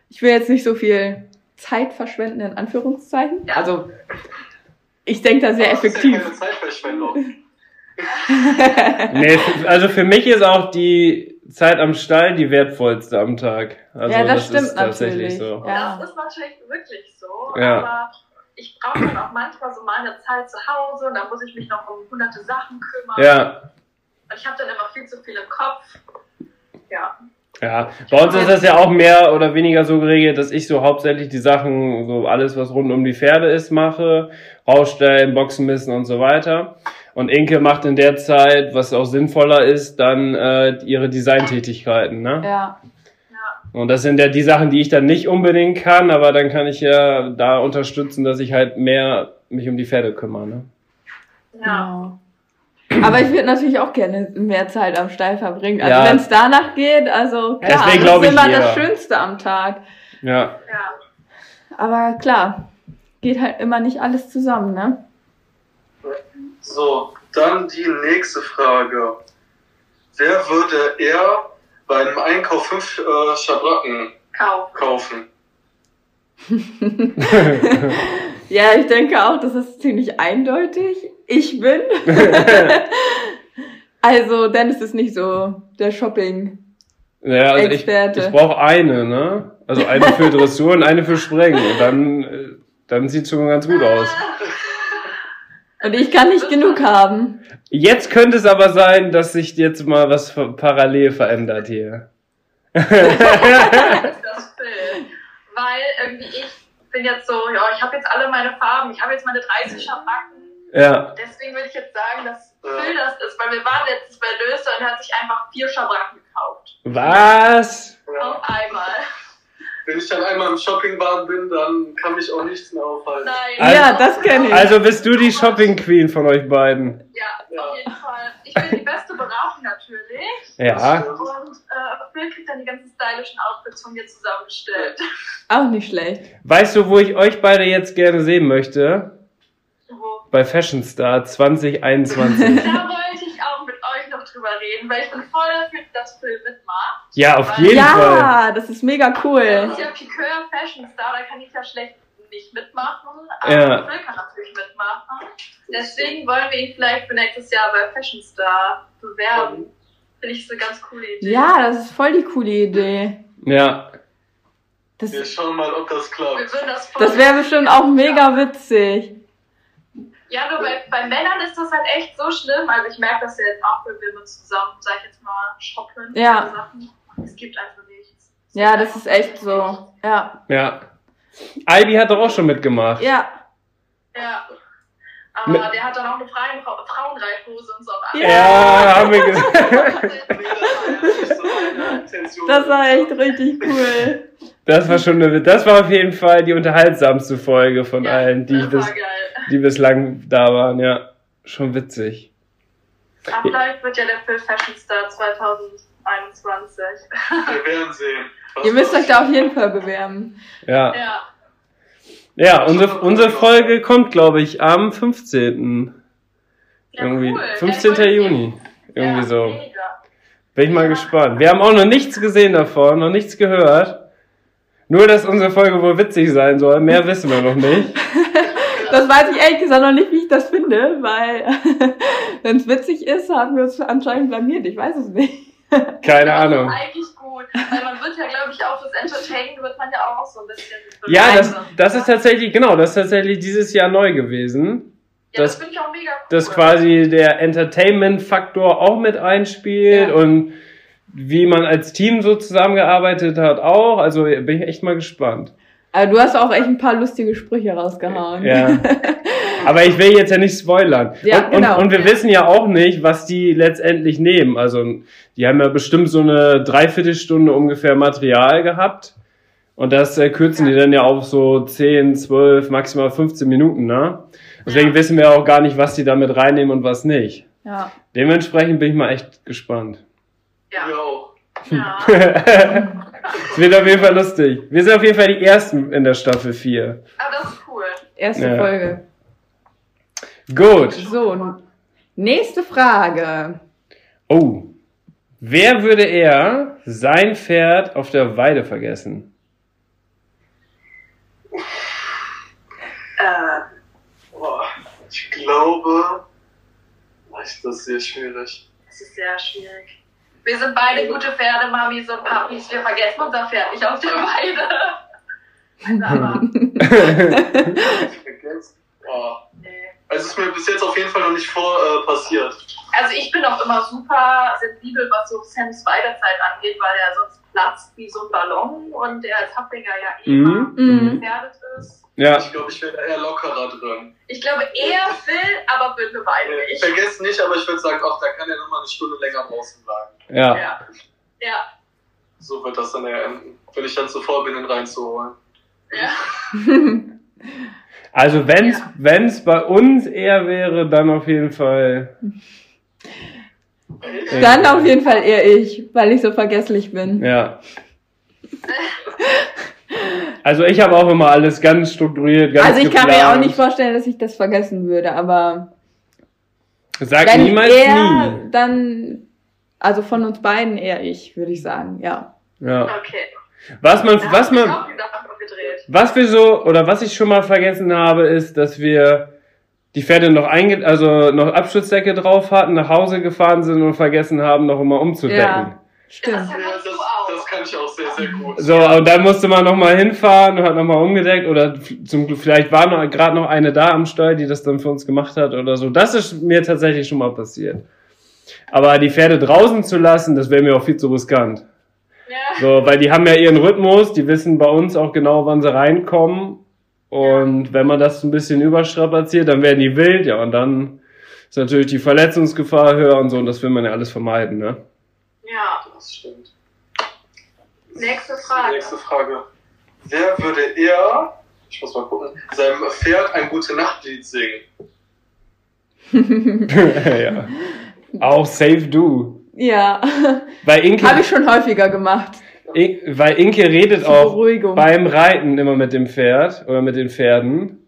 Speaker 1: ich will jetzt nicht so viel Zeit verschwenden, in Anführungszeichen.
Speaker 4: Ja.
Speaker 1: Also, ich denke da sehr
Speaker 5: Aber Oh, Das ist ja
Speaker 1: effektiv.
Speaker 5: keine Zeitverschwendung.
Speaker 3: Nee, f- also für mich ist auch die Zeit am Stall die wertvollste am Tag. Also
Speaker 1: ja, das, stimmt
Speaker 3: ist
Speaker 1: natürlich.
Speaker 3: tatsächlich so.
Speaker 1: Ja.
Speaker 4: Das ist natürlich wirklich so.
Speaker 3: Ja.
Speaker 4: Aber ich brauche dann auch manchmal so meine Zeit zu Hause und dann muss ich mich noch um hunderte Sachen kümmern.
Speaker 3: Ja,
Speaker 4: Und ich habe dann immer viel zu viel im Kopf. Ja.
Speaker 3: ja. Bei uns ist das ja auch mehr oder weniger so geregelt, dass ich so hauptsächlich die Sachen, so alles, was rund um die Pferde ist, mache. Rausstellen, Boxen missen und so weiter. Und Inke macht in der Zeit, was auch sinnvoller ist, dann äh, ihre Designtätigkeiten, ne?
Speaker 1: ja.
Speaker 3: Und das sind ja die Sachen, die ich dann nicht unbedingt kann, aber dann kann ich ja da unterstützen, dass ich halt mehr mich um die Pferde kümmere. Ne?
Speaker 4: Ja.
Speaker 1: Genau. Aber ich würde natürlich auch gerne mehr Zeit am Stall verbringen. Also
Speaker 3: Ja.
Speaker 1: wenn es danach geht, also klar, das
Speaker 3: Deswegen glaub
Speaker 1: ist
Speaker 3: ich
Speaker 1: immer
Speaker 3: dir.
Speaker 1: das Schönste am Tag.
Speaker 3: Ja.
Speaker 4: Ja.
Speaker 1: Aber klar, geht halt immer nicht alles zusammen, ne?
Speaker 5: So, dann die nächste Frage. Wer würde eher bei einem Einkauf fünf äh, Schabracken
Speaker 4: Kauf.
Speaker 5: kaufen?
Speaker 1: Ja, ich denke auch, das ist ziemlich eindeutig. Ich bin. also, Dennis ist nicht so der Shopping.
Speaker 3: Naja, also ich,
Speaker 1: Experte.
Speaker 3: ich brauche eine, ne? Also eine für Dressur und eine für Springen. Und dann, äh, dann sieht's schon ganz gut aus.
Speaker 1: Und ich kann nicht genug haben.
Speaker 3: Jetzt könnte es aber sein, dass sich jetzt mal was ver- parallel verändert hier.
Speaker 4: ist das Bild. Weil irgendwie ich bin jetzt so, ja, ich habe jetzt alle meine Farben, ich habe jetzt meine 30 Schabracken.
Speaker 3: Ja,
Speaker 4: Deswegen würde ich jetzt sagen, dass
Speaker 5: Ja.
Speaker 4: Phil das ist, weil wir waren letztens bei Löse und er hat sich einfach vier Schabracken gekauft.
Speaker 3: was?
Speaker 5: Ja.
Speaker 4: Auf einmal.
Speaker 5: Wenn ich dann einmal im Shoppingbahn bin, dann kann mich auch nichts mehr aufhalten.
Speaker 4: Nein.
Speaker 3: Also-
Speaker 1: ja, das kenne ich.
Speaker 3: Also bist du die Shopping Queen von euch beiden?
Speaker 4: Ja,
Speaker 5: Ja.
Speaker 4: auf jeden Fall. Ich bin die beste beraten natürlich.
Speaker 3: Ja.
Speaker 4: Und äh, Phil kriegt dann die ganzen stylischen Outfits von mir zusammengestellt.
Speaker 1: auch nicht schlecht.
Speaker 3: Weißt du, wo ich euch beide jetzt gerne sehen möchte?
Speaker 4: Wo-
Speaker 3: Bei Fashion Star 2021.
Speaker 4: Da wollte ich auch mit euch noch drüber reden, weil ich bin voll dafür, dass Phil mitmacht.
Speaker 3: ja, auf jeden Fall.
Speaker 1: ja, das ist mega
Speaker 4: Das
Speaker 1: cool.
Speaker 4: ist ja Piqueur Fashion Star, da kann ich ja schlecht nicht mitmachen, aber
Speaker 3: Ja.
Speaker 4: Phil kann natürlich mitmachen. Deswegen wollen wir ihn vielleicht für nächstes Jahr bei Fashion Star bewerben. Finde ich so eine ganz coole Idee.
Speaker 1: Ja, das ist voll die coole Idee.
Speaker 3: Ja.
Speaker 1: Das,
Speaker 5: Wir schauen mal, ob das
Speaker 4: wir
Speaker 5: klappt.
Speaker 4: würden das voll-
Speaker 1: das wäre bestimmt auch mega witzig.
Speaker 4: Ja, nur bei, bei Männern ist das halt echt so schlimm. Also ich merke das ja jetzt auch, wenn wir mit zusammen, sag ich jetzt mal, shoppen.
Speaker 1: Ja.
Speaker 4: und Sachen. Es gibt einfach nichts. Es
Speaker 1: Ja,
Speaker 4: gibt
Speaker 1: das
Speaker 4: einfach
Speaker 1: ist echt so. Ja,
Speaker 3: Ja. Ivy hat doch auch schon mitgemacht.
Speaker 1: ja.
Speaker 4: Ja. Aber
Speaker 3: Mit-
Speaker 4: der hat dann auch eine Frauen Frauenreifhose und so.
Speaker 1: Ja.
Speaker 3: Ja, haben wir gesagt.
Speaker 5: Nee, das war jetzt nicht so meine Intention.
Speaker 1: Das war echt richtig cool.
Speaker 3: Das war schon eine, das war auf jeden Fall die unterhaltsamste Folge von
Speaker 4: Ja,
Speaker 3: allen, die, ich
Speaker 4: das
Speaker 3: bis,
Speaker 4: war geil.
Speaker 3: die bislang da waren. Ja, schon witzig.
Speaker 4: Aber vielleicht wird ja der Phil Fashion Star 2021.
Speaker 5: Wir werden sehen. Was
Speaker 1: Ihr müsst euch
Speaker 5: passiert.
Speaker 1: da auf jeden Fall bewerben.
Speaker 3: Ja, ja,
Speaker 4: Ja.
Speaker 3: unsere, unsere Folge kommt, glaube ich, am 15.
Speaker 4: ja
Speaker 3: irgendwie.
Speaker 4: cool.
Speaker 3: 15.
Speaker 4: Ja, cool.
Speaker 3: Juni. Irgendwie
Speaker 4: ja,
Speaker 3: so.
Speaker 4: Mega.
Speaker 3: Bin ich mal
Speaker 4: Ja.
Speaker 3: gespannt. Wir haben auch noch nichts gesehen davon, noch nichts gehört. Nur, dass unsere Folge wohl witzig sein soll. Mehr wissen wir noch nicht.
Speaker 1: Das weiß ich ehrlich gesagt noch nicht, wie ich das finde, weil wenn es witzig ist, haben wir uns anscheinend blamiert. Ich weiß es nicht.
Speaker 3: Keine
Speaker 4: Das ist
Speaker 3: Ahnung.
Speaker 4: Eigentlich gut. Weil man wird ja, glaube ich, auch das Entertainment wird man ja auch so ein bisschen.
Speaker 3: Ja, das,
Speaker 4: beweisen.
Speaker 3: das ist tatsächlich, genau, das ist tatsächlich dieses Jahr neu gewesen.
Speaker 4: Ja, das,
Speaker 3: das-
Speaker 4: finde ich auch mega cool.
Speaker 3: Dass quasi der Entertainment-Faktor auch mit einspielt
Speaker 1: Ja.
Speaker 3: und wie man als Team so zusammengearbeitet hat auch. Also bin ich echt mal gespannt.
Speaker 1: Aber du hast auch echt ein paar lustige Sprüche rausgehauen.
Speaker 3: Ja. Aber ich will jetzt ja nicht spoilern.
Speaker 1: Ja,
Speaker 3: und,
Speaker 1: genau.
Speaker 3: und, und wir wissen ja auch nicht, was die letztendlich nehmen. Also die haben ja bestimmt so eine Dreiviertelstunde ungefähr Material gehabt. Und das äh, kürzen die dann ja auf so 10, 12, maximal 15 Minuten, ne? Deswegen wissen wir auch gar nicht, was die damit reinnehmen und was nicht.
Speaker 1: Ja.
Speaker 3: Dementsprechend bin ich mal echt gespannt.
Speaker 4: Ja.
Speaker 5: Wir auch.
Speaker 4: Ja.
Speaker 3: Es wird auf jeden Fall lustig. Wir sind auf jeden Fall die Ersten in der Staffel 4.
Speaker 4: Aber das ist cool.
Speaker 1: Erste
Speaker 3: Ja.
Speaker 1: Folge.
Speaker 3: Gut.
Speaker 1: So, n- nächste Frage.
Speaker 3: Oh. Wer würde eher sein Pferd auf der Weide vergessen?
Speaker 4: Äh,
Speaker 5: Boah, ich glaube, boah, ist das sehr schwierig.
Speaker 4: das ist sehr schwierig. Wir sind beide gute Pferde, Mamis und Papis. Wir vergessen unser Pferd nicht auf der Weide. Also, aber,
Speaker 3: Mhm.
Speaker 5: Ich vergesse. Boah.
Speaker 4: nee.
Speaker 5: Also es ist mir bis jetzt auf jeden Fall noch nicht vor äh, passiert.
Speaker 4: Also ich bin auch immer super sensibel, was so Sams Weidezeit angeht, weil er sonst platzt wie so ein Ballon und er als Happinger ja eh
Speaker 3: Mhm.
Speaker 4: immer
Speaker 1: Mhm.
Speaker 4: gefährdet ist.
Speaker 3: Ja,
Speaker 5: Ich glaube, ich wäre eher lockerer drin.
Speaker 4: Ich glaube, er will, aber will eine Weide
Speaker 5: Ich
Speaker 4: nicht.
Speaker 5: vergesse nicht, aber ich würde sagen, ach, da kann er nochmal eine Stunde länger draußen bleiben.
Speaker 3: ja.
Speaker 4: Ja. Ja.
Speaker 5: So wird das dann eher enden. Wenn ich dann zuvor bin, ihn reinzuholen.
Speaker 4: ja.
Speaker 3: Also wenn's
Speaker 4: Ja.
Speaker 3: wenn's bei uns eher wäre, dann auf jeden Fall
Speaker 1: Dann auf jeden Fall eher ich, weil ich so vergesslich bin.
Speaker 3: Ja. Also ich habe auch immer alles ganz strukturiert, ganz
Speaker 1: also ich kann mir auch
Speaker 3: geplant.
Speaker 1: nicht vorstellen, dass ich das vergessen würde, aber
Speaker 3: Sag
Speaker 1: wenn
Speaker 3: niemals
Speaker 1: er, dann, also von uns beiden eher ich, würde ich sagen, ja.
Speaker 3: nie. Ja.
Speaker 4: Okay.
Speaker 3: Was man,
Speaker 4: Da
Speaker 3: was
Speaker 4: hab ich
Speaker 3: man,
Speaker 4: auch die Sachen umgedreht.
Speaker 3: Was wir so, oder was ich schon mal vergessen habe, ist, dass wir die Pferde noch einge also noch Abschutzdecke drauf hatten, nach Hause gefahren sind und vergessen haben, noch immer umzudecken.
Speaker 1: Ja. Stimmt.
Speaker 5: Ja, das, das kann ich auch sehr, sehr gut.
Speaker 3: So, und dann musste man nochmal hinfahren und hat nochmal umgedeckt oder f- zum Glück, vielleicht war noch gerade noch eine da am Stall, die das dann für uns gemacht hat oder so. Das ist mir tatsächlich schon mal passiert. Aber die Pferde draußen zu lassen, das wäre mir auch viel zu riskant.
Speaker 4: Ja.
Speaker 3: So, weil die haben ja ihren Rhythmus, die wissen bei uns auch genau, wann sie reinkommen. Und wenn man das ein bisschen überstrapaziert, dann werden die wild, ja, und dann ist natürlich die Verletzungsgefahr höher und so, und das will man ja alles vermeiden, ne?
Speaker 4: ja.
Speaker 5: Das stimmt.
Speaker 4: Nächste Frage.
Speaker 5: Nächste Frage. Wer würde eher, ich muss mal gucken, seinem Pferd ein gute Nachtlied singen?
Speaker 3: ja. Auch safe du.
Speaker 1: Ja,
Speaker 3: Weil Inke,
Speaker 1: habe ich schon häufiger gemacht.
Speaker 3: In, weil Inke redet
Speaker 1: Zur
Speaker 3: auch
Speaker 1: Beruhigung.
Speaker 3: beim Reiten immer mit dem Pferd oder mit den Pferden.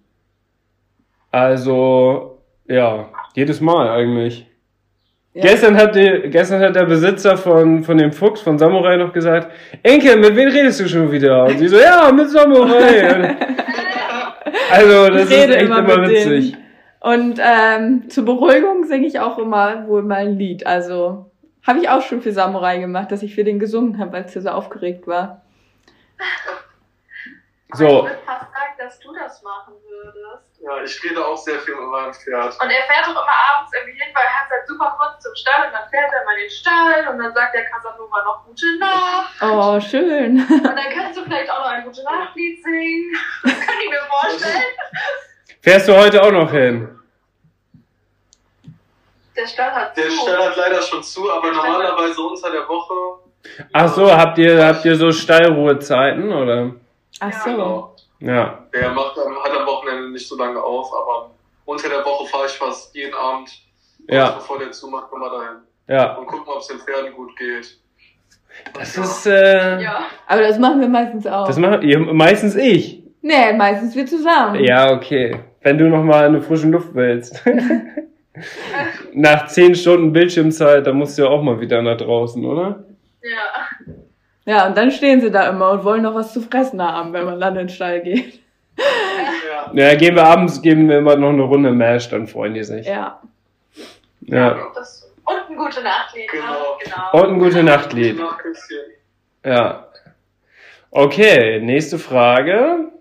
Speaker 3: Also, ja, jedes Mal eigentlich.
Speaker 1: Ja.
Speaker 3: Gestern, hat die, gestern hat der Besitzer von, von dem Fuchs, von Samurai, noch gesagt, Enkel, mit wem redest du schon wieder? Und sie so, ja, mit Samurai. also,
Speaker 1: Ich
Speaker 3: das ist
Speaker 1: rede
Speaker 3: echt immer,
Speaker 1: immer mit
Speaker 3: witzig.
Speaker 1: Und ähm, zur Beruhigung singe ich auch immer wohl mal ein Lied. Also habe ich auch schon für Samurai gemacht, dass ich für den gesungen habe, als er so aufgeregt war.
Speaker 3: So,
Speaker 4: Ich würde fast sagen, Also dass du das machen würdest.
Speaker 5: Ja, ich rede auch sehr viel mit meinem Pferd.
Speaker 4: Und er fährt doch immer abends irgendwie hin, weil er hat halt super kurz zum Stall und dann fährt er mal in den Stall und dann sagt der Casanova noch gute Nacht.
Speaker 1: Oh, schön.
Speaker 4: Und dann kannst du vielleicht auch noch ein gute Nachtlied singen. Das kann ich mir vorstellen.
Speaker 3: fährst du heute auch noch hin?
Speaker 4: Der Stall hat
Speaker 5: Der
Speaker 4: zu.
Speaker 5: Stall hat leider schon zu, aber normalerweise unter der Woche.
Speaker 3: Ach so, habt ihr, habt ihr so Stallruhezeiten, oder?
Speaker 1: Ach so.
Speaker 5: Genau.
Speaker 3: Ja.
Speaker 5: Der macht, am- hat am Wochenende nicht so lange auf, aber unter der Woche fahre ich fast jeden Abend, kurz
Speaker 3: Ja,
Speaker 5: bevor der zumacht, nochmal dahin
Speaker 3: ja.
Speaker 5: und gucken, ob es den Pferden gut geht.
Speaker 3: Das ist, äh,
Speaker 4: Ja.
Speaker 1: Aber das machen wir meistens auch.
Speaker 3: das mache ich, meistens ich.
Speaker 1: nee, meistens wir zusammen.
Speaker 3: Ja, okay. Wenn du nochmal eine frische Luft willst. nach zehn Stunden Bildschirmzeit, dann musst du ja auch mal wieder nach draußen, oder?
Speaker 4: Ja.
Speaker 1: Ja, und dann stehen sie da immer und wollen noch was zu fressen haben, wenn man dann in den Stall geht.
Speaker 5: Ja.
Speaker 3: Ja, gehen wir abends, geben wir immer noch eine Runde Mash, dann freuen die sich. Ja.
Speaker 1: Ja.
Speaker 4: Das, und ein gute Nachtlied. ne?
Speaker 5: Genau.
Speaker 4: genau.
Speaker 3: Und ein gute Nachtlied.
Speaker 5: Nach Küsschen.
Speaker 3: Ja. Okay, nächste Frage.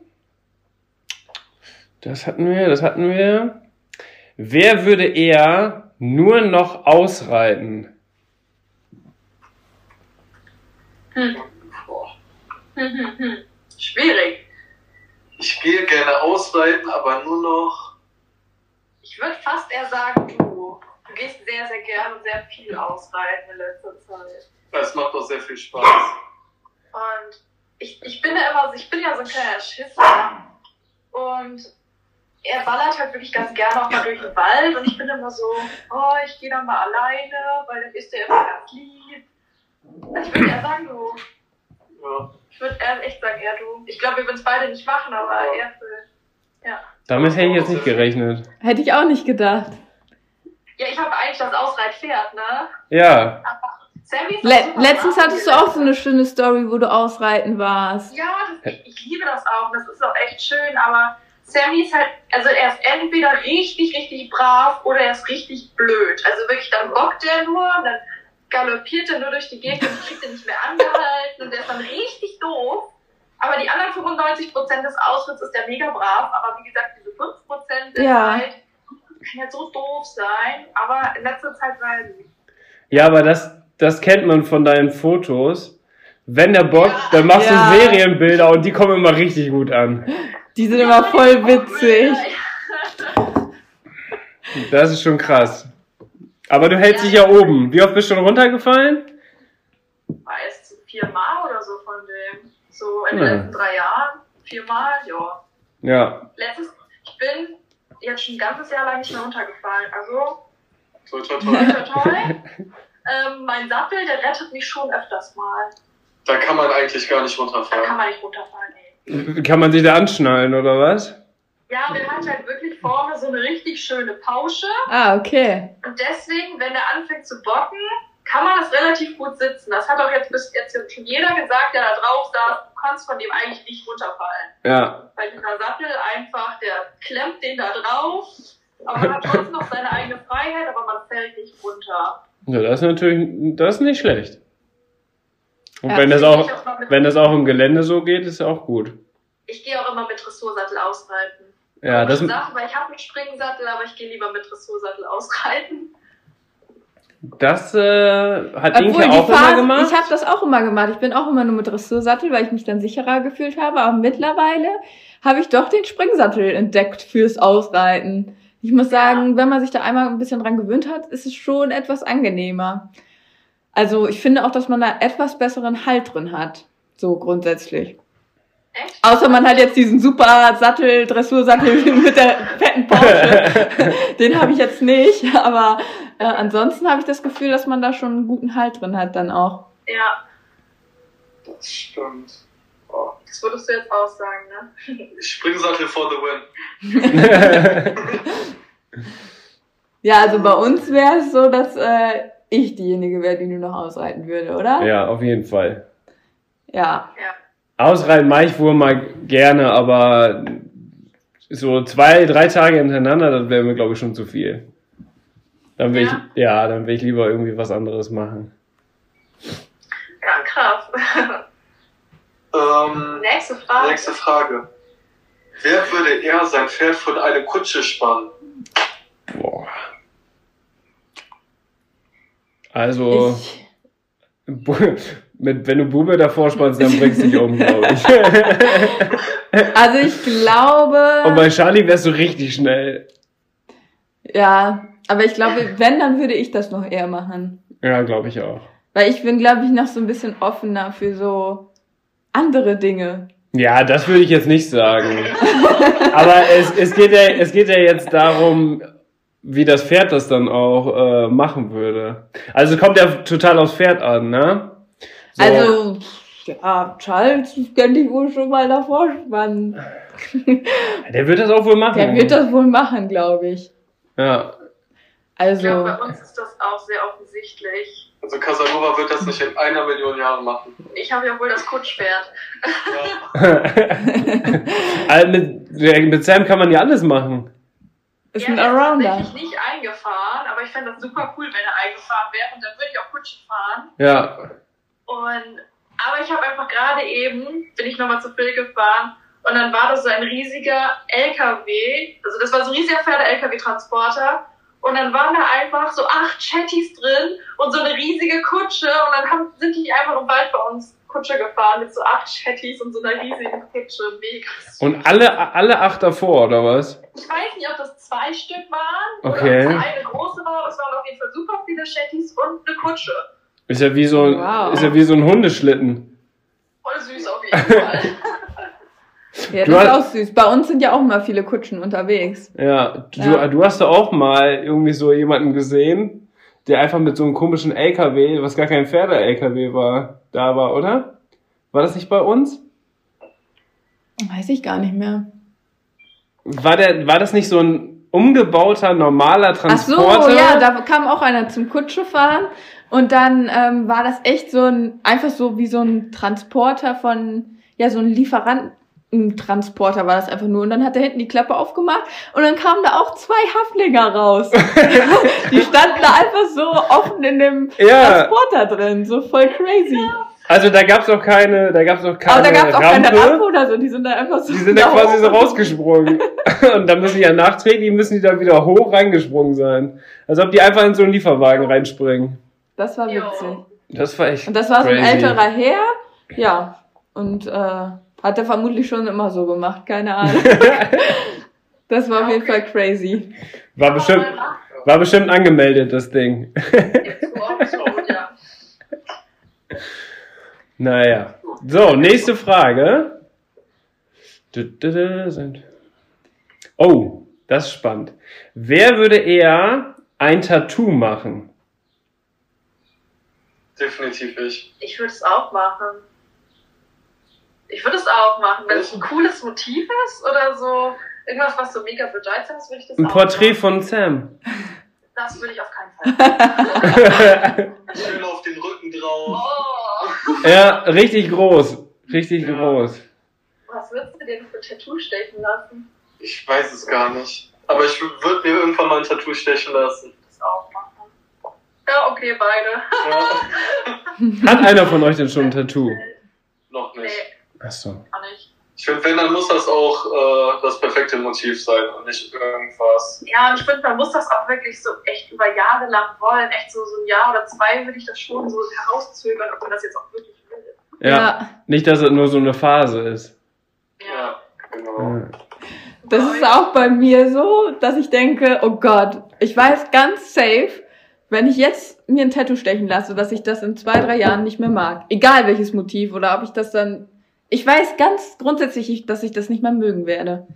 Speaker 3: Das hatten wir, das hatten wir. Wer würde eher nur noch ausreiten?
Speaker 5: Boah.
Speaker 4: Hm, hm, hm. Schwierig.
Speaker 5: Ich gehe gerne ausreiten, aber nur noch.
Speaker 4: Ich würde fast eher sagen, du. Du gehst sehr, sehr gerne und sehr viel ausreiten in letzter Zeit.
Speaker 5: Es macht auch sehr viel Spaß.
Speaker 4: Und ich, ich bin ja immer, ich bin ja so ein kleiner Schisser. Und er ballert halt wirklich ganz gerne auch mal durch den Wald. Und ich bin immer so, oh, ich gehe dann mal alleine, weil dann ist er immer ganz lieb. Also Ich würde eher sagen, du.
Speaker 5: Ja.
Speaker 4: Ich würde eher echt sagen, eher du. Ich glaube, wir würden es beide nicht machen, aber eher du.
Speaker 3: Damit hätte ich jetzt nicht gerechnet.
Speaker 1: Hätte ich auch nicht gedacht.
Speaker 4: Ja, ich habe eigentlich das Ausreitpferd, ne?
Speaker 3: Ja,
Speaker 4: Sammy ist
Speaker 1: Le
Speaker 4: auch super
Speaker 1: letztens
Speaker 4: brav.
Speaker 1: hattest du auch so eine schöne Story, wo du ausreiten warst.
Speaker 4: Ja, das, ich, ich liebe das auch. Das ist auch echt schön, aber Sammy ist halt, also er ist entweder richtig, richtig brav oder er ist richtig blöd. Also wirklich, dann bockt er nur und dann galoppiert er nur durch die Gegend und kriegt er nicht mehr angehalten und der ist dann richtig doof. Aber die anderen 95 Prozent des Ausritts ist er mega brav, aber wie gesagt, diese 5 Prozent der
Speaker 1: Ja.
Speaker 4: Zeit kann ja so doof sein, aber in letzter Zeit war er nicht.
Speaker 3: ja, aber das, das kennt man von deinen Fotos. Wenn der Bock, dann machst
Speaker 1: Ja.
Speaker 3: du Serienbilder und die kommen immer richtig gut an.
Speaker 1: Die sind immer voll witzig.
Speaker 3: Das ist schon krass. Aber du hältst dich ja oben. Wie oft bist du schon runtergefallen?
Speaker 4: war es viermal oder so von dem. So in den
Speaker 3: Ja.
Speaker 4: letzten drei Jahren. Viermal, ja.
Speaker 3: Ja.
Speaker 4: Letztes, ich bin jetzt schon ein ganzes Jahr lang nicht mehr runtergefallen. Also,
Speaker 5: Toi, toi,
Speaker 4: Toi,
Speaker 5: toi.
Speaker 4: toi, toi. ähm, mein Sattel, der rettet mich schon öfters mal.
Speaker 5: Da kann man eigentlich gar nicht
Speaker 4: Da kann
Speaker 5: runterfallen.
Speaker 4: man nicht runterfallen. Ey.
Speaker 3: Kann man sich da anschnallen, oder was?
Speaker 4: Ja, der hat halt wirklich vorne so eine richtig schöne Pausche.
Speaker 1: Ah, okay.
Speaker 4: Und deswegen, wenn er anfängt zu bocken, kann man das relativ gut sitzen. Das hat auch jetzt bis jetzt schon jeder gesagt, der da drauf saß, du kannst von dem eigentlich nicht runterfallen.
Speaker 3: Ja.
Speaker 4: Weil dieser Sattel einfach, der klemmt den da drauf. Aber man hat trotzdem noch seine eigene Freiheit, aber man fällt nicht runter.
Speaker 3: ja das ist natürlich, das ist nicht schlecht. Und
Speaker 1: Ja.
Speaker 3: wenn das
Speaker 4: ich,
Speaker 3: auch,
Speaker 4: auch mal mit,
Speaker 3: wenn das auch im Gelände so geht, ist auch gut.
Speaker 4: ich gehe auch immer mit Dressursattel ausreiten.
Speaker 3: Ja, das,
Speaker 4: Sache, weil ich habe einen Springensattel, aber ich gehe lieber mit Dressursattel ausreiten.
Speaker 3: das äh, hat
Speaker 1: Obwohl
Speaker 3: Inke
Speaker 1: die
Speaker 3: auch
Speaker 1: Phase,
Speaker 3: immer gemacht.
Speaker 1: ich habe das auch immer gemacht. Ich bin auch immer nur mit Dressursattel, weil ich mich dann sicherer gefühlt habe. Aber mittlerweile habe ich doch den Springsattel entdeckt fürs Ausreiten. Ich muss sagen, wenn man sich da einmal ein bisschen dran gewöhnt hat, ist es schon etwas angenehmer. Also ich finde auch, dass man da etwas besseren Halt drin hat. So grundsätzlich.
Speaker 4: Echt?
Speaker 1: Außer man hat jetzt diesen super Sattel, Dressursattel mit der fetten Porsche. Den habe ich jetzt nicht, aber äh, ansonsten habe ich das Gefühl, dass man da schon einen guten Halt drin hat dann auch.
Speaker 4: Ja,
Speaker 5: Das stimmt. Oh.
Speaker 4: das würdest du jetzt auch sagen, ne?
Speaker 5: Springsattel for the win.
Speaker 1: Ja, also bei uns wäre es so, dass äh, ich diejenige wäre, die nur noch ausreiten würde, oder?
Speaker 3: ja, auf jeden Fall.
Speaker 1: Ja.
Speaker 3: Ausreiten mache ich wohl mal gerne, aber so zwei, drei Tage hintereinander, das wäre mir, glaube ich, schon zu viel. Dann will
Speaker 4: Ja.
Speaker 3: ich, ja, dann will ich lieber irgendwie was anderes machen.
Speaker 4: Ja, krass.
Speaker 5: Ähm,
Speaker 4: Nächste Frage.
Speaker 5: nächste Frage. Wer würde eher sein Pferd von einer Kutsche spannen?
Speaker 3: Boah. Also,
Speaker 1: Ich,
Speaker 3: bu- mit, wenn du Bube davor spannst, dann bringst du dich um, glaube ich.
Speaker 1: also ich
Speaker 3: Und
Speaker 1: glaube.
Speaker 3: bei Charlie wärst du richtig schnell.
Speaker 1: Ja, aber ich glaube, wenn, dann würde ich das noch eher machen.
Speaker 3: Ja, glaube ich auch.
Speaker 1: Weil ich bin, glaube ich, noch so ein bisschen offener für so andere Dinge.
Speaker 3: Ja, das würde ich jetzt nicht sagen. Aber es, es, geht ja, es geht ja jetzt darum, wie das Pferd das dann auch äh, machen würde. Also es kommt ja total aufs Pferd an, ne? So.
Speaker 1: Also, ja, Charles könnte ich wohl schon mal davor spannen.
Speaker 3: der wird das auch wohl machen.
Speaker 1: Der wird das wohl machen, glaube ich.
Speaker 3: Ja.
Speaker 4: Ich
Speaker 1: Also.
Speaker 4: glaube, bei uns ist das auch sehr offensichtlich.
Speaker 5: Also Casanova wird das nicht in einer Million Jahren machen.
Speaker 4: Ich habe ja wohl das Kutschpferd.
Speaker 5: Ja.
Speaker 3: also mit, mit Sam kann man ja alles machen.
Speaker 1: Ist
Speaker 4: Ja,
Speaker 1: ein
Speaker 4: der
Speaker 1: Arounder.
Speaker 4: tatsächlich nicht eingefahren, aber ich fände das super cool, wenn er eingefahren wäre. Und dann würde ich auch Kutsche fahren.
Speaker 3: Ja.
Speaker 4: Und, aber ich habe einfach gerade eben, bin ich nochmal zu Phil gefahren. Und dann war das so ein riesiger LKW. Also das war so ein riesiger Pferde-LKW-Transporter. Und dann waren da einfach so acht Chattis drin und so eine riesige Kutsche. Und dann haben, sind die einfach im Wald bei uns Kutsche gefahren mit so acht Chattis und so einer riesigen Kutsche. Mega.
Speaker 3: Und alle, alle acht davor, oder was?
Speaker 4: Ich weiß nicht, ob das zwei Stück waren
Speaker 3: Okay.
Speaker 4: oder ob es eine große war, aber es waren auf jeden Fall super viele Chattis und eine Kutsche.
Speaker 3: Ist ja wie so, ein-
Speaker 1: Wow.
Speaker 3: ist ja wie so ein Hundeschlitten.
Speaker 4: Voll süß auf jeden Fall.
Speaker 1: Ja,
Speaker 3: Du
Speaker 1: das ist
Speaker 3: hast-
Speaker 1: auch süß. Bei uns sind ja auch mal viele Kutschen unterwegs.
Speaker 3: Ja. Du,
Speaker 1: Ja.
Speaker 3: du hast da auch mal irgendwie so jemanden gesehen, der einfach mit so einem komischen LKW, was gar kein Pferde-LKW war, da war, oder? War das nicht bei uns?
Speaker 1: Weiß ich gar nicht mehr.
Speaker 3: War der, war das nicht so ein umgebauter, normaler
Speaker 1: Ach so,
Speaker 3: Transporter?
Speaker 1: ja, da kam auch einer zum Kutschefahren und dann ähm, war das echt so ein, einfach so wie so ein Transporter von, ja, so ein Lieferantentransporter war das einfach nur. Und dann hat er hinten die Klappe aufgemacht und dann kamen da auch zwei Haflinger raus. die standen da einfach so offen in dem
Speaker 3: ja.
Speaker 1: Transporter drin, so voll crazy.
Speaker 3: Also da gab's auch keine, da gab's auch keine
Speaker 1: Aber da gab es auch
Speaker 3: Rampe.
Speaker 1: keine Rampe oder so, die sind da einfach so.
Speaker 3: Die sind da quasi so
Speaker 1: hoch.
Speaker 3: rausgesprungen. Und da müssen die ja nachträglich, müssen die da wieder hoch reingesprungen sein. Als ob die einfach in so einen Lieferwagen reinspringen.
Speaker 1: Das war
Speaker 4: Jo.
Speaker 1: witzig.
Speaker 3: Das war echt.
Speaker 1: Und das war so ein
Speaker 3: crazy.
Speaker 1: älterer Herr, ja. Und äh, hat er vermutlich schon immer so gemacht, keine Ahnung. das war auf jeden Fall crazy.
Speaker 3: War bestimmt, war bestimmt angemeldet, das Ding.
Speaker 4: ja.
Speaker 3: Naja. So, nächste Frage. Du, du, du, sind- Oh, das ist spannend. Wer würde eher ein Tattoo machen?
Speaker 5: Definitiv ich.
Speaker 4: Ich würde es auch machen. Ich würde es auch machen, wenn es ein cooles Motiv ist oder so. Irgendwas, was so mega bedeutsam ist, würde ich das
Speaker 3: Ein
Speaker 4: auch
Speaker 3: Porträt
Speaker 4: machen.
Speaker 3: von Sam.
Speaker 4: Das würde ich auf keinen Fall.
Speaker 5: Schön auf den Rücken drauf.
Speaker 4: Oh,
Speaker 3: ja, richtig groß. Richtig
Speaker 5: Ja.
Speaker 3: groß.
Speaker 4: was würdest du dir denn für ein Tattoo stechen lassen?
Speaker 5: Ich weiß es gar nicht. Aber ich würde mir irgendwann mal ein Tattoo stechen lassen.
Speaker 4: Das auch machen. Ja, okay, beide.
Speaker 5: Ja.
Speaker 3: Hat einer von euch denn schon ein Tattoo?
Speaker 5: Noch nicht.
Speaker 4: Nee,
Speaker 3: Achso.
Speaker 4: auch nicht.
Speaker 5: Ich finde, wenn, dann muss das auch äh, das perfekte Motiv sein und nicht irgendwas.
Speaker 4: Ja, und ich finde, man muss das auch wirklich so echt über Jahre lang wollen. Echt so, so ein Jahr oder zwei würde ich das schon so herauszögern, ob man das jetzt auch wirklich will.
Speaker 3: Ja. Nicht, dass es nur so eine Phase ist.
Speaker 5: Ja, genau.
Speaker 3: Ja.
Speaker 1: Das ist auch bei mir so, dass ich denke, oh Gott, ich weiß ganz safe, wenn ich jetzt mir ein Tattoo stechen lasse, dass ich das in zwei, drei Jahren nicht mehr mag. Egal welches Motiv oder ob ich das dann. Ich weiß ganz grundsätzlich, ich- dass ich das nicht mehr mögen werde.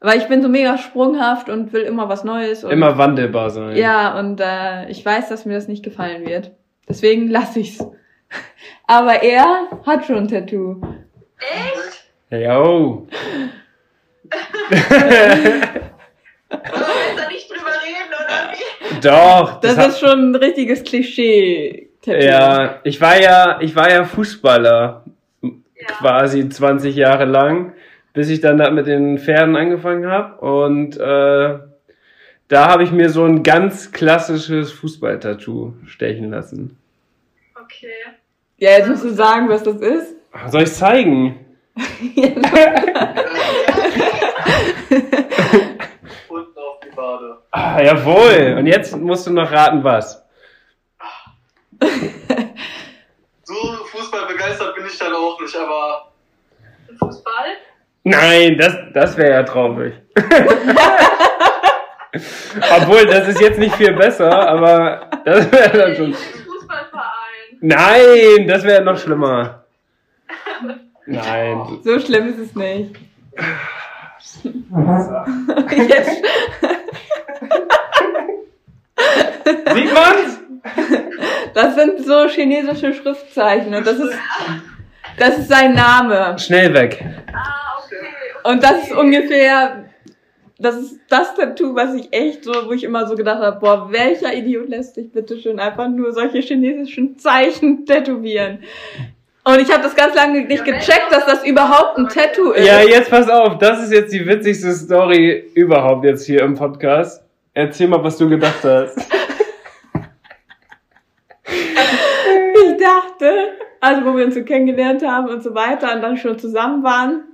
Speaker 1: Weil ich bin so mega sprunghaft und will immer was Neues. Und,
Speaker 3: Immer wandelbar sein.
Speaker 1: Ja, und äh, ich weiß, dass mir das nicht gefallen wird. Deswegen lasse ich's. Aber er hat schon ein Tattoo.
Speaker 4: Echt?
Speaker 3: Yo.
Speaker 4: Also willst du da nicht drüber reden, oder wie?
Speaker 3: Doch.
Speaker 1: Das,
Speaker 3: hat-
Speaker 1: ist schon ein richtiges Klischee-Tattoo.
Speaker 3: Ja, ich war ja, ich war ja Fußballer
Speaker 4: Ja.
Speaker 3: quasi 20 Jahre lang, bis ich dann da mit den Pferden angefangen habe und äh, da habe ich mir so ein ganz klassisches Fußballtattoo stechen lassen.
Speaker 4: Okay.
Speaker 1: Ja, jetzt musst du sagen, was das ist.
Speaker 3: Soll ich zeigen?
Speaker 5: Unten auf die Bade.
Speaker 3: Ah, jawohl. Und jetzt musst du noch raten, was.
Speaker 5: So fußballbegeistert bin ich dann auch nicht, aber
Speaker 4: Fußball?
Speaker 3: Nein, das, das wäre ja traurig. Obwohl, das ist jetzt nicht viel besser, aber das wäre dann schon.
Speaker 4: Fußballverein.
Speaker 3: Nein, das wäre noch schlimmer. Nein.
Speaker 1: So schlimm ist es nicht. Jetzt,
Speaker 3: Sieht man's?
Speaker 1: das sind so chinesische Schriftzeichen und das ist, das ist sein Name.
Speaker 3: Schnell weg.
Speaker 4: Ah, okay.
Speaker 1: Und das ist ungefähr, das ist das Tattoo, was ich echt so, wo ich immer so gedacht habe, boah, welcher Idiot lässt sich bitte schön einfach nur solche chinesischen Zeichen tätowieren? Und ich habe das ganz lange nicht gecheckt, dass das überhaupt ein Tattoo ist.
Speaker 3: Ja, jetzt pass auf. Das ist jetzt die witzigste Story überhaupt jetzt hier im Podcast. Erzähl mal, was du gedacht hast.
Speaker 1: Ich dachte, also wo wir uns so kennengelernt haben und so weiter und dann schon zusammen waren,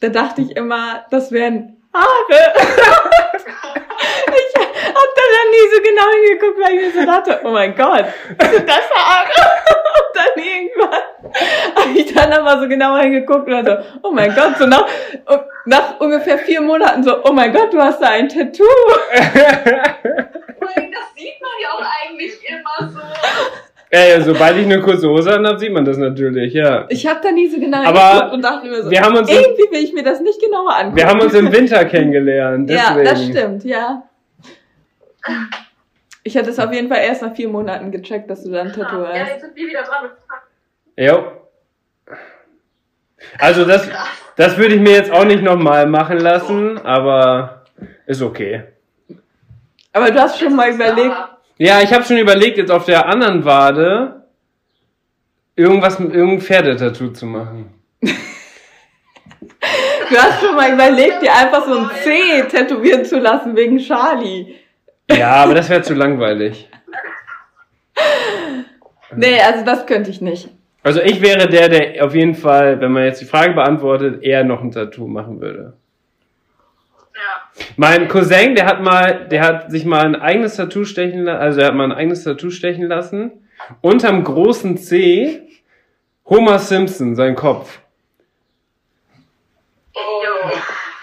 Speaker 1: da dachte ich immer, das wären Haare. ich hab da dann nie so genau hingeguckt, weil ich mir so dachte, oh mein Gott, sind das Haare? und dann irgendwann habe ich dann nochmal so genauer hingeguckt und dann so, oh mein Gott, so nach, um, nach ungefähr vier Monaten so, oh mein Gott, du hast da ein Tattoo.
Speaker 4: Vor allem, Das sieht man ja auch eigentlich immer so.
Speaker 3: Ey, sobald ich eine kurze Hose habe, sieht man das natürlich, ja.
Speaker 1: Ich habe da nie so genau
Speaker 3: Aber
Speaker 1: hingeguckt und dachte mir so,
Speaker 3: Wir haben uns, im,
Speaker 1: irgendwie will ich mir das nicht genauer angucken.
Speaker 3: wir haben uns im Winter kennengelernt.
Speaker 1: Ja,
Speaker 3: Deswegen.
Speaker 1: das stimmt, ja. Ich hatte es auf jeden Fall erst nach vier Monaten gecheckt, dass du da ein Tattoo
Speaker 4: Ah, Ja,
Speaker 1: hast.
Speaker 4: jetzt sind wir wieder dran mit Fragen.
Speaker 3: Jo. Also das, das würde ich mir jetzt auch nicht nochmal machen lassen, aber ist okay.
Speaker 1: Aber du hast schon mal überlegt,
Speaker 3: Ja, ich habe schon überlegt, jetzt auf der anderen Wade irgendwas mit irgendeinem Pferdetattoo zu machen.
Speaker 1: du hast schon mal überlegt, dir einfach so ein C tätowieren zu lassen wegen Charlie.
Speaker 3: Ja, aber das wäre zu langweilig. Ähm.
Speaker 1: Nee, also das könnte ich nicht.
Speaker 3: Also ich wäre der, der auf jeden Fall, wenn man jetzt die Frage beantwortet, eher noch ein Tattoo machen würde.
Speaker 4: Ja.
Speaker 3: Mein Cousin, der hat mal, der hat sich mal ein eigenes Tattoo stechen lassen, also er hat mal ein eigenes Tattoo stechen lassen. Unterm großen C Homer Simpson, sein Kopf.
Speaker 4: Jo.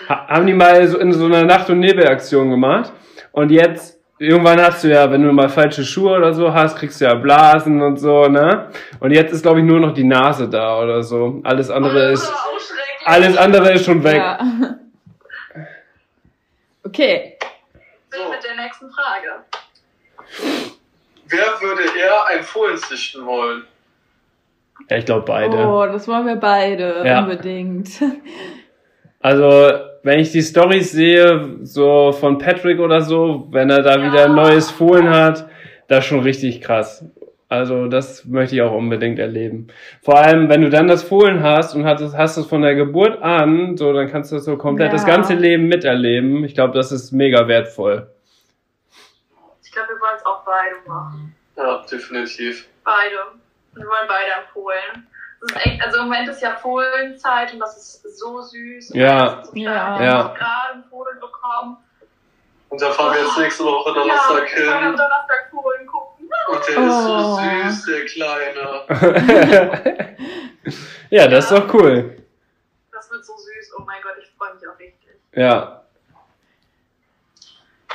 Speaker 3: Ha haben die mal so in so einer Nacht- und Nebelaktion gemacht. Und jetzt, irgendwann hast du ja, wenn du mal falsche Schuhe oder so hast, kriegst du ja Blasen und so, ne? Und jetzt ist, glaube ich, nur noch die Nase da oder so. Alles andere ist,
Speaker 4: Oh, schrecklich.
Speaker 3: alles andere ist schon weg.
Speaker 1: Ah. Ja. Okay.
Speaker 4: Bin Mit der nächsten Frage.
Speaker 5: Wer würde eher ein Fohlen züchten wollen?
Speaker 3: Ja, ich glaube beide.
Speaker 1: Oh, das wollen wir beide
Speaker 3: Ja.
Speaker 1: unbedingt.
Speaker 3: Also, wenn ich die Stories sehe, so von Patrick oder so, wenn er da wieder ein neues Fohlen hat, das ist schon richtig krass. Also, das möchte ich auch unbedingt erleben. Vor allem, wenn du dann das Fohlen hast und hast, es- hast es von der Geburt an, so, dann kannst du das so komplett
Speaker 1: Ja.
Speaker 3: das ganze Leben miterleben. Ich glaube, das ist mega wertvoll.
Speaker 4: Ich glaube, wir wollen es auch beide machen.
Speaker 5: Ja, definitiv.
Speaker 4: Beide. Wir wollen beide empfohlen. Das ist echt, also im Moment ist ja Fohlenzeit und das ist so süß. Und
Speaker 3: Ja.
Speaker 4: das ist So klein.
Speaker 1: Ja.
Speaker 4: Wir haben
Speaker 3: Ja.
Speaker 4: auch gerade einen Fohlen bekommen.
Speaker 5: Und da fahren wir jetzt nächste Woche Donnerstag
Speaker 4: ja, wir können am
Speaker 5: hin.
Speaker 4: Donnerstag Fohlen gucken.
Speaker 5: Und der
Speaker 1: Oh.
Speaker 5: ist so süß, der Kleine.
Speaker 3: ja, das ist doch cool.
Speaker 4: Das wird so süß. Oh mein Gott, ich freue mich auch richtig.
Speaker 3: Ja,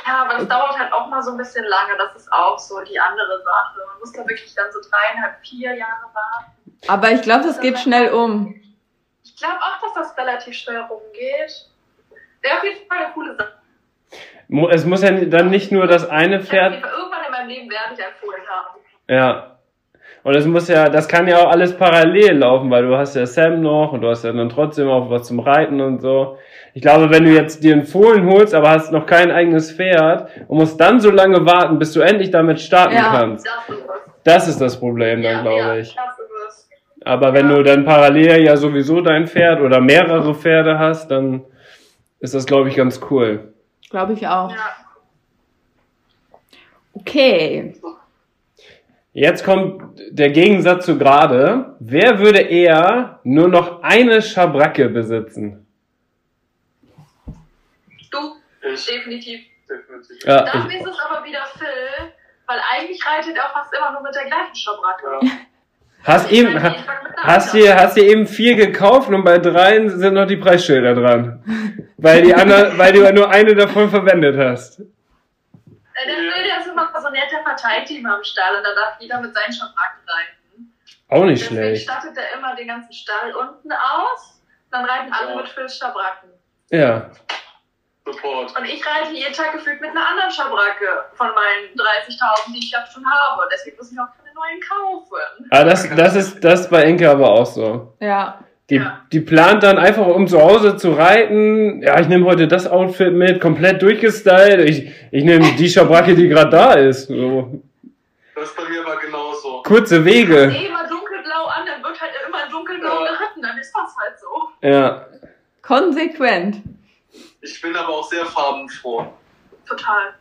Speaker 4: Ja, aber das dauert halt auch mal so ein bisschen lange. Das ist auch so die andere Sache. Man muss da wirklich dann so dreieinhalb, vier Jahre warten.
Speaker 1: Aber ich glaube, das geht schnell um.
Speaker 4: Ich glaube auch, dass das relativ schnell rumgeht. Wäre auf jeden Fall eine coole Sache.
Speaker 3: Mu- es muss ja dann nicht nur das eine
Speaker 4: Ich glaub,
Speaker 3: Pferd
Speaker 4: Irgendwann in meinem Leben werde ich ein Fohlen haben.
Speaker 3: Ja. Und das muss ja, das kann ja auch alles parallel laufen, weil du hast ja Sam noch und du hast ja dann trotzdem auch was zum Reiten und so. Ich glaube, wenn du jetzt dir einen Fohlen holst, aber hast noch kein eigenes Pferd und musst dann so lange warten, bis du endlich damit starten
Speaker 1: Ja.
Speaker 3: kannst,
Speaker 4: Das ist es.
Speaker 3: das ist das Problem dann, glaube
Speaker 4: ja,
Speaker 3: ich.
Speaker 4: Das ist es.
Speaker 3: Aber wenn
Speaker 4: Ja.
Speaker 3: du dann parallel ja sowieso dein Pferd oder mehrere Pferde hast, dann ist das, glaube ich, ganz cool.
Speaker 1: Glaube ich auch.
Speaker 4: Ja.
Speaker 1: Okay.
Speaker 3: Jetzt kommt der Gegensatz zu gerade. Wer würde eher nur noch eine Schabracke besitzen?
Speaker 4: Du,
Speaker 5: Ich,
Speaker 4: definitiv.
Speaker 5: definitiv.
Speaker 3: Ja,
Speaker 4: Dann
Speaker 3: ich,
Speaker 4: ist es aber wieder Phil, weil eigentlich reitet er fast immer nur mit der gleichen Schabracke.
Speaker 3: hast
Speaker 4: Ich
Speaker 3: eben,
Speaker 4: meine,
Speaker 3: ha-
Speaker 4: ich fang mit einer
Speaker 3: hast
Speaker 4: anderen
Speaker 3: dir, hast dir eben vier gekauft und bei dreien sind noch die Preisschilder dran. Weil die andere, weil du nur eine davon verwendet hast.
Speaker 4: Äh, Der Phil, der ist immer so nett, der verteilt die immer im Stall und da darf jeder mit seinen Schabracken reiten.
Speaker 3: Auch nicht
Speaker 4: Deswegen
Speaker 3: schlecht.
Speaker 4: stattet er immer den ganzen Stall unten aus, dann reiten alle mit Phils Schabracken.
Speaker 3: Ja.
Speaker 5: Support.
Speaker 4: Und ich reite jeden Tag gefühlt mit einer anderen Schabracke von meinen 30.000, die ich ja schon habe. Deswegen muss ich auch keine neuen kaufen.
Speaker 3: Aber Ah, das, das ist, das ist bei Enke aber auch so.
Speaker 1: Ja.
Speaker 3: Die,
Speaker 4: Ja.
Speaker 3: die plant dann einfach, um zu Hause zu reiten. Ja, ich nehme heute das Outfit mit, komplett durchgestylt. Ich, ich nehme die Schabracke, die gerade da ist. So.
Speaker 5: Das ist bei mir aber genauso.
Speaker 3: Kurze Wege.
Speaker 4: Eh immer dunkelblau an, dann wird halt immer dunkelblau
Speaker 5: Ja.
Speaker 4: geritten. Dann ist das halt so.
Speaker 3: Ja.
Speaker 1: Konsequent.
Speaker 5: Ich bin aber auch sehr farbenfroh.
Speaker 4: Total.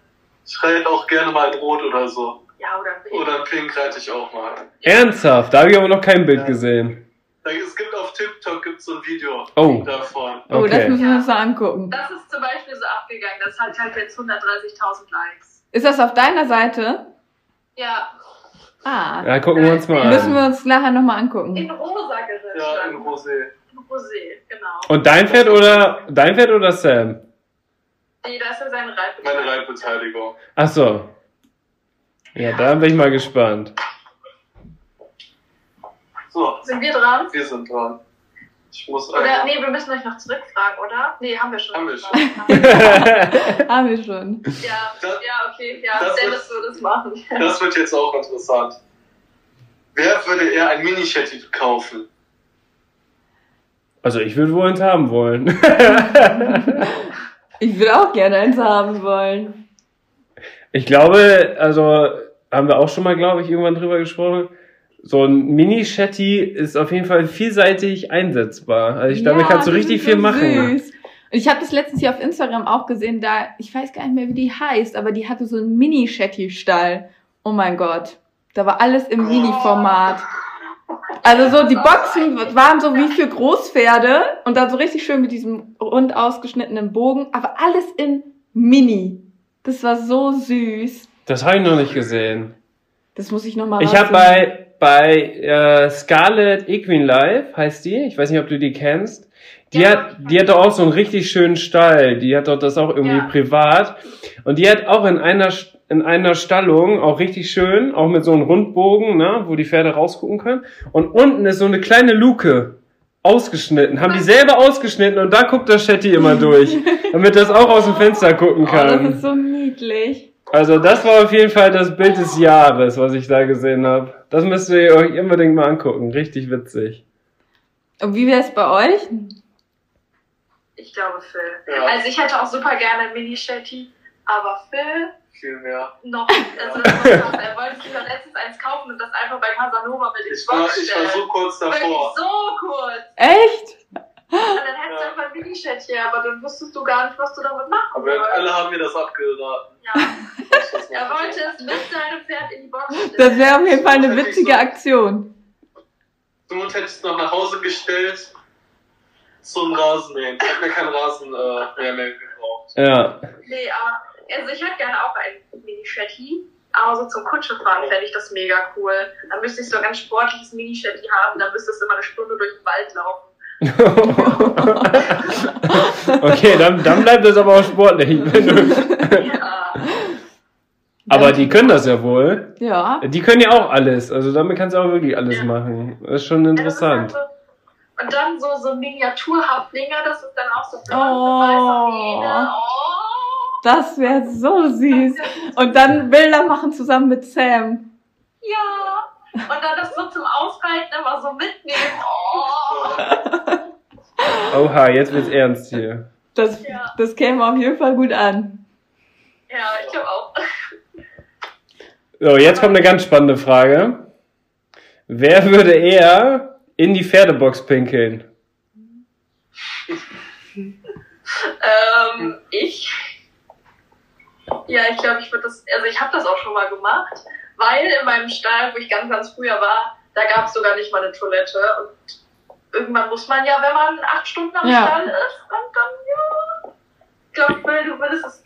Speaker 5: Ich reite auch gerne mal in Rot oder so.
Speaker 4: Ja, oder nicht?
Speaker 5: Oder in Pink reite ich auch mal.
Speaker 3: Ernsthaft, da habe ich aber noch kein Bild
Speaker 5: Ja.
Speaker 3: gesehen.
Speaker 5: Da- Es gibt auf TikTok gibt's so ein Video
Speaker 3: Oh.
Speaker 5: davon.
Speaker 1: Oh, das
Speaker 3: Okay.
Speaker 1: müssen wir uns mal angucken.
Speaker 4: Das ist zum Beispiel so abgegangen. Das hat halt jetzt 130.000 Likes.
Speaker 1: Ist das auf deiner Seite?
Speaker 4: Ja,
Speaker 1: Ah.
Speaker 3: Ja, gucken wir uns mal an.
Speaker 1: Müssen wir uns nachher nochmal
Speaker 4: in
Speaker 1: angucken.
Speaker 4: rosa geritten.
Speaker 5: Ja, in Rosé.
Speaker 4: In Rosé, genau.
Speaker 3: Und dein Pferd oder dein Pferd oder Sam?
Speaker 4: Nee, da ist ja seine Reifen.
Speaker 5: Meine Reitbeteiligung.
Speaker 3: Ach so. Ja, da bin ich mal gespannt.
Speaker 5: So,
Speaker 4: Sind wir dran?
Speaker 5: wir sind dran. Ich muss
Speaker 4: Oder,
Speaker 5: einfach.
Speaker 4: nee, wir müssen euch noch zurückfragen, oder? Nee, haben wir schon.
Speaker 5: Haben wir schon.
Speaker 1: Haben wir schon.
Speaker 4: Ja,
Speaker 5: Das-
Speaker 4: ja, okay, ja,
Speaker 5: das
Speaker 4: Dennis würde es machen.
Speaker 5: Das wird jetzt auch interessant. Wer würde eher ein Mini-Shetty kaufen?
Speaker 3: Also ich würde wohl eins haben wollen.
Speaker 1: Ich würde auch gerne eins haben wollen.
Speaker 3: Ich glaube, also haben wir auch schon mal, glaube ich, irgendwann drüber gesprochen. So ein Mini-Shetty ist auf jeden Fall vielseitig einsetzbar. Also ich glaube,
Speaker 1: Ja,
Speaker 3: kannst du
Speaker 1: die
Speaker 3: richtig
Speaker 1: sind
Speaker 3: viel
Speaker 1: so
Speaker 3: machen.
Speaker 1: süß. Und ich habe das letztens hier auf Instagram auch gesehen, da, ich weiß gar nicht mehr, wie die heißt, aber die hatte so einen Mini-Shetty-Stall. Oh mein Gott. Da war alles im Mini-Format. Also so, die Boxen waren so wie für Großpferde und dann so richtig schön mit diesem rund ausgeschnittenen Bogen, aber alles in Mini. Das war so süß.
Speaker 3: Das habe ich noch nicht gesehen.
Speaker 1: Das muss ich nochmal
Speaker 3: Ich habe bei, bei äh, Scarlett Equinlife, heißt die, ich weiß nicht, ob du die kennst, die,
Speaker 4: Ja.
Speaker 3: hat, die hat doch auch so einen richtig schönen Stall, die hat doch das auch irgendwie
Speaker 4: Ja.
Speaker 3: privat und die hat auch in einer, St- in einer Stallung, auch richtig schön, auch mit so einem Rundbogen, ne, wo die Pferde rausgucken können und unten ist so eine kleine Luke ausgeschnitten,
Speaker 4: Ah.
Speaker 3: haben die selber ausgeschnitten und da guckt der Shetty immer durch, damit das auch aus dem Fenster gucken
Speaker 1: Oh, das
Speaker 3: kann.
Speaker 1: ist so niedlich.
Speaker 3: Also das war auf jeden Fall das Bild des Jahres, was ich da gesehen habe. Das müsst ihr euch unbedingt mal angucken. Richtig witzig.
Speaker 1: Und wie wäre es bei euch?
Speaker 4: Ich glaube Phil.
Speaker 5: Ja.
Speaker 4: Also ich hätte auch super gerne Mini Shetty, aber Phil
Speaker 5: Viel mehr.
Speaker 4: noch. Also das war krass. er wollte sich doch letztens eins kaufen und das einfach bei Casanova mit
Speaker 5: Ich
Speaker 4: ins
Speaker 5: war,
Speaker 4: Box
Speaker 5: ich war
Speaker 4: stellen.
Speaker 5: so kurz
Speaker 4: Wirklich
Speaker 5: davor.
Speaker 4: so kurz.
Speaker 1: Echt?
Speaker 4: Und dann hättest du
Speaker 5: Ja.
Speaker 4: einfach ein Mini Shetty, aber dann wusstest du gar nicht, was du damit machen
Speaker 5: Aber
Speaker 4: sollst.
Speaker 5: alle haben mir das abgeraten.
Speaker 4: Ja.
Speaker 5: dass ich das
Speaker 4: Er
Speaker 5: mache.
Speaker 4: wollte es mit seinem Pferd in die Box
Speaker 1: Das
Speaker 4: stellen.
Speaker 1: wäre auf jeden Fall eine witzige Aktion.
Speaker 5: Zur Not hätte ich es noch nach Hause gestellt zum Rasenmähen. Ich habe mir keinen Rasen äh, mehr mähen gebraucht.
Speaker 3: Ja.
Speaker 4: Nee, aber also ich hätte gerne auch einen Mini Shetty. Aber so zum Kutschenfahren fände ich das mega cool. Dann müsste ich so ein ganz sportliches Mini Shetty haben, dann müsstest du immer eine Stunde durch den Wald laufen.
Speaker 3: okay, dann, dann bleibt das aber auch sportlich.
Speaker 4: Ja. Also
Speaker 3: aber die können das ja wohl.
Speaker 1: Ja.
Speaker 3: Die können ja auch alles. Also damit kannst du auch wirklich alles
Speaker 4: Ja.
Speaker 3: machen. Das ist schon
Speaker 4: Ja, das ist
Speaker 3: interessant.
Speaker 4: dann so- Und dann so, so Miniaturhaftlinger, das ist dann auch so blau
Speaker 1: Oh.
Speaker 4: mit weißer Mähne. Oh.
Speaker 1: Das wäre so süß. Und dann Bilder machen zusammen mit Sam.
Speaker 4: Ja. Und dann das so zum Ausreiten immer so mitnehmen. Oh.
Speaker 3: Oha, jetzt wird's ernst hier.
Speaker 1: Das,
Speaker 4: Ja.
Speaker 1: das käme auf jeden Fall gut an.
Speaker 4: Ja, ich glaube auch.
Speaker 3: So, jetzt kommt eine ganz spannende Frage. Wer würde eher in die Pferdebox pinkeln?
Speaker 4: Ähm, ich. Ja, ich glaube, ich würde das. Also ich habe das auch schon mal gemacht, weil in meinem Stall, wo ich ganz, ganz früher war, da gab es sogar nicht mal eine Toilette. Und irgendwann muss man ja, wenn man acht Stunden am
Speaker 1: Ja.
Speaker 4: Stall ist, und dann ja. Ich glaube, du würdest es.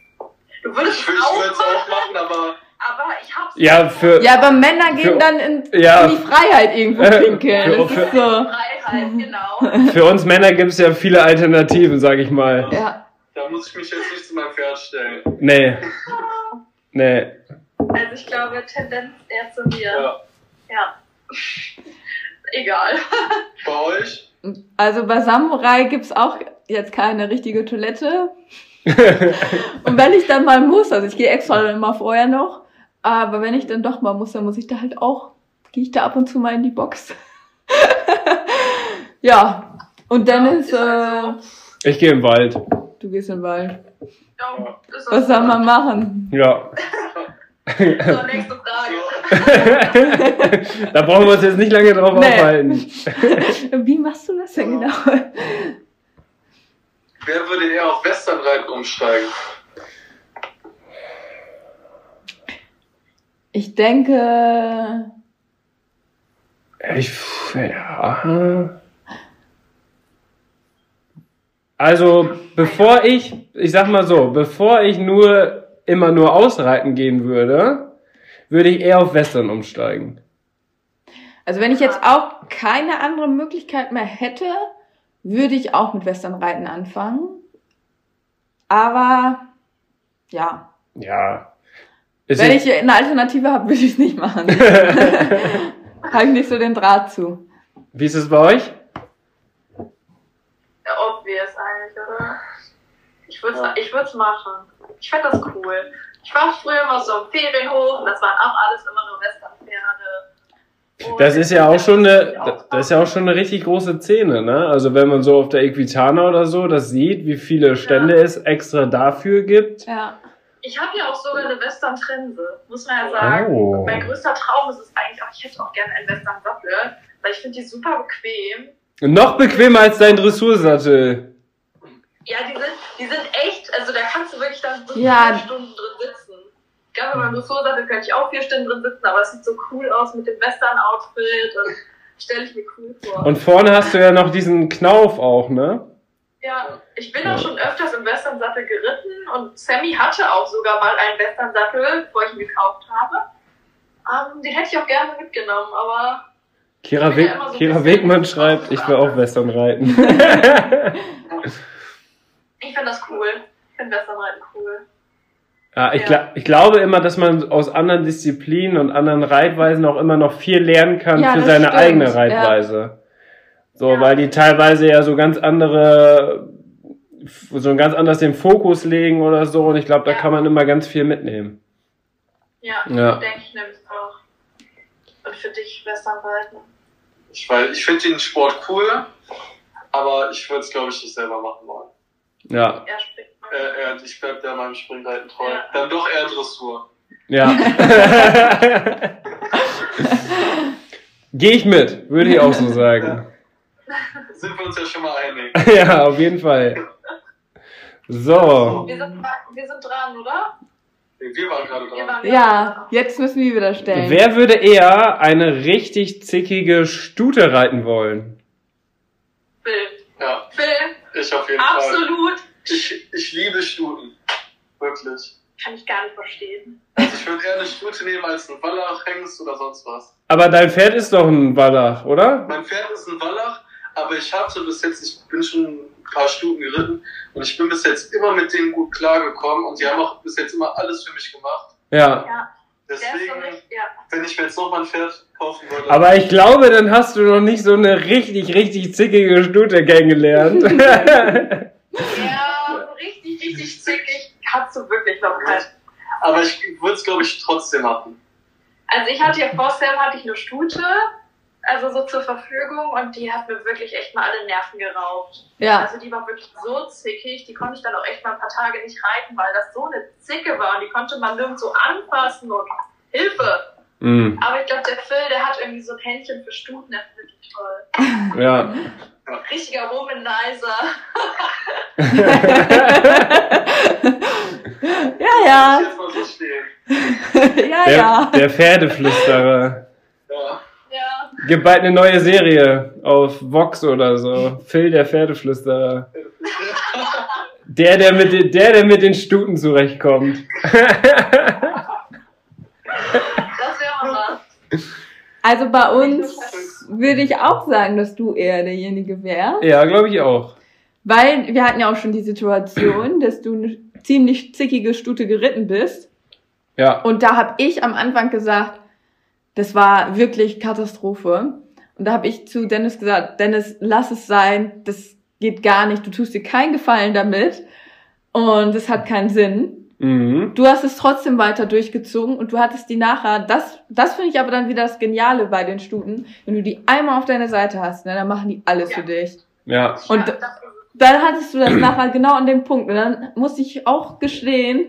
Speaker 4: Du würdest
Speaker 5: Ich würde
Speaker 4: es auch
Speaker 5: es auch
Speaker 4: machen,
Speaker 5: machen, aber
Speaker 4: aber ich hab's
Speaker 3: Ja, für.
Speaker 1: Ja, aber Männer
Speaker 3: Für-
Speaker 1: gehen dann in,
Speaker 3: Ja.
Speaker 1: in die Freiheit irgendwo
Speaker 3: Äh,
Speaker 1: pinkeln.
Speaker 3: für-
Speaker 1: Das ist so.
Speaker 4: Freiheit, genau.
Speaker 3: Für uns Männer gibt's ja viele Alternativen, sag ich mal.
Speaker 1: Ja.
Speaker 5: da muss ich mich jetzt nicht zu meinem Pferd stellen.
Speaker 3: Nee. Nee.
Speaker 4: Also ich glaube, Tendenz eher zu mir.
Speaker 5: Ja.
Speaker 4: Ja. Egal.
Speaker 5: Bei euch?
Speaker 1: Also bei Samurai gibt's auch jetzt keine richtige Toilette. Und wenn ich dann mal muss, also ich gehe extra immer vorher noch, aber wenn ich dann doch mal muss, dann muss ich da halt auch, gehe ich da ab und zu mal in die Box. ja. Und dann
Speaker 4: Ja,
Speaker 1: ist,
Speaker 4: ist halt
Speaker 1: äh,
Speaker 3: Ich gehe im Wald.
Speaker 1: du gehst in den Wald.
Speaker 4: Ja, das ist halt
Speaker 1: Was soll man machen?
Speaker 3: Ja.
Speaker 4: So, nächste Frage.
Speaker 5: So,
Speaker 3: da brauchen wir uns jetzt nicht lange drauf
Speaker 1: Nee.
Speaker 3: aufhalten.
Speaker 1: Wie machst du das denn genau?
Speaker 5: wer würde eher auf Westernreiten umsteigen?
Speaker 1: Ich denke,
Speaker 3: Ich, pff, ja. Also, bevor ich, ich sag mal so, bevor ich nur immer nur ausreiten gehen würde, würde ich eher auf Western umsteigen.
Speaker 1: also wenn ich jetzt auch keine andere Möglichkeit mehr hätte, würde ich auch mit Westernreiten anfangen. Aber ja,
Speaker 3: Ja. Ist
Speaker 1: wenn
Speaker 3: jetzt-
Speaker 1: ich eine Alternative habe, würde ich es nicht machen. habe ich nicht so den Draht zu.
Speaker 3: Wie ist es bei euch?
Speaker 4: Ja, obvious eigentlich, oder? Ich würde es
Speaker 5: Ja.
Speaker 4: ich würd's machen. Ich fände das cool. Ich war früher immer so im Ferienhof und das waren auch alles immer nur Westernpferde. Und
Speaker 3: Das ist ja auch schon eine, das ist
Speaker 4: ja
Speaker 3: ja auch schon eine richtig große Szene, ne? Also wenn man so auf der Equitana oder so das sieht, wie viele Stände es extra dafür gibt.
Speaker 1: Ja.
Speaker 4: ich habe ja auch sogar eine Western-Trense, muss man ja sagen.
Speaker 3: Oh.
Speaker 4: Mein größter Traum ist es eigentlich auch, ich hätte auch gerne einen Western-Sattel, weil ich finde die super bequem.
Speaker 3: Noch bequemer als dein Dressursattel.
Speaker 4: Ja, die sind, die sind echt, also da kannst du wirklich dann so
Speaker 1: Ja.
Speaker 4: vier Stunden drin sitzen. Ich glaube, wenn man so sagt, könnte ich auch vier Stunden drin sitzen, aber es sieht so cool aus mit dem Western-Outfit und stelle ich mir cool vor.
Speaker 3: Und vorne hast du ja noch diesen Knauf auch, ne?
Speaker 4: ja, ich bin auch schon öfters im Western-Sattel geritten und Sammy hatte auch sogar mal einen Western-Sattel, bevor ich ihn gekauft habe. Ähm, den hätte ich auch gerne mitgenommen, aber
Speaker 3: Kira, Weg, Kira Wegmann schreibt, ich will auch Western reiten.
Speaker 4: ich finde das cool. Ich finde Westernreiten cool.
Speaker 3: ja, Ah, ich, gla- ich glaube immer, dass man aus anderen Disziplinen und anderen Reitweisen auch immer noch viel lernen kann
Speaker 1: Ja,
Speaker 3: für
Speaker 1: das
Speaker 3: seine
Speaker 1: stimmt,
Speaker 3: eigene
Speaker 1: ja.
Speaker 3: Reitweise. So,
Speaker 4: Ja.
Speaker 3: weil die teilweise ja so ganz andere, so ganz anders den Fokus legen oder so. Und ich glaube, da
Speaker 4: Ja.
Speaker 3: kann man immer ganz viel mitnehmen.
Speaker 4: Ja,
Speaker 3: Ja.
Speaker 4: denke ich nämlich auch. Und für dich Westernwald. Ne?
Speaker 5: Ich, weil ich finde den Sport cool, aber ich würde es, glaube ich, nicht selber machen wollen.
Speaker 3: Ja,
Speaker 4: Er springt mal.
Speaker 5: Äh, äh, ich bleib da meinem Springreiten treu.
Speaker 4: Ja.
Speaker 5: Dann doch eher Dressur.
Speaker 3: ja. Gehe ich mit, würde ich auch so sagen.
Speaker 5: Sind wir uns ja schon mal einig.
Speaker 3: Ja, auf jeden Fall. So,
Speaker 4: Wir, sind, wir sind dran, oder?
Speaker 5: Wir waren gerade
Speaker 4: Wir
Speaker 5: dran.
Speaker 4: waren
Speaker 1: Ja, jetzt müssen wir wieder stellen.
Speaker 3: wer würde eher eine richtig zickige Stute reiten wollen?
Speaker 4: Film.
Speaker 5: Ja,
Speaker 4: Film,
Speaker 5: ich auf jeden Fall.
Speaker 4: absolut.
Speaker 5: Ich, ich liebe Stuten. Wirklich.
Speaker 4: Kann ich gar nicht verstehen.
Speaker 5: Also ich würde eher eine Stute nehmen als einen Wallach, Hengst oder sonst was.
Speaker 3: Aber dein Pferd ist doch ein Wallach, oder?
Speaker 5: Mein Pferd ist ein Wallach, aber ich hatte bis jetzt, ich bin schon ein paar Stuten geritten und ich bin bis jetzt immer mit denen gut klargekommen und die haben auch bis jetzt immer alles für mich gemacht.
Speaker 3: Ja.
Speaker 4: Der ist so
Speaker 5: Deswegen,
Speaker 4: nicht, ja.
Speaker 5: wenn ich mir jetzt nochmal ein Pferd kaufen würde,
Speaker 3: Aber ich glaube, dann hast du noch nicht so eine richtig, richtig zickige Stute kennengelernt.
Speaker 4: ja, so richtig, richtig zickig. Hast du wirklich noch keinen.
Speaker 5: aber ich würde es glaube ich trotzdem machen.
Speaker 4: Also ich hatte ja vor Sam hatte ich eine Stute, also so zur Verfügung und die hat mir wirklich echt mal alle Nerven geraubt.
Speaker 1: Ja,
Speaker 4: Also die war wirklich so zickig, die konnte ich dann auch echt mal ein paar Tage nicht reiten, weil das so eine Zicke war und die konnte man nirgendwo anfassen und Hilfe.
Speaker 3: Hm,
Speaker 4: Aber ich glaube, der Phil, der hat irgendwie so ein Händchen für Stuten, der findet die toll.
Speaker 3: ja.
Speaker 4: Richtiger Womanizer.
Speaker 1: ja,
Speaker 5: Ich
Speaker 1: ja,
Speaker 5: jetzt mal so stehen.
Speaker 1: ja,
Speaker 3: Der,
Speaker 1: ja.
Speaker 3: der Pferdeflüsterer.
Speaker 5: Ja.
Speaker 4: Ja,
Speaker 3: Gibt bald eine neue Serie auf Vox oder so. Phil, der Pferdeflüsterer. Der, der mit, den- der, der mit den Stuten zurechtkommt.
Speaker 4: das wäre mal was.
Speaker 1: Also bei uns würde ich auch sagen, dass du eher derjenige wärst.
Speaker 3: Ja, glaube ich auch.
Speaker 1: Weil wir hatten ja auch schon die Situation, dass du eine ziemlich zickige Stute geritten bist.
Speaker 3: Ja.
Speaker 1: Und da habe ich am Anfang gesagt, das war wirklich Katastrophe. Und da habe ich zu Dennis gesagt, Dennis, lass es sein, das geht gar nicht, du tust dir keinen Gefallen damit und es hat keinen Sinn.
Speaker 3: Mhm.
Speaker 1: Du hast es trotzdem weiter durchgezogen und du hattest die nachher, das, das finde ich aber dann wieder das Geniale bei den Stuten, wenn du die einmal auf deiner Seite hast, ne, dann machen die alles
Speaker 4: Ja.
Speaker 1: für dich.
Speaker 3: Ja.
Speaker 1: Und
Speaker 4: ja, das ist
Speaker 1: dann hattest du das nachher genau an dem Punkt. Und dann musste ich auch gestehen,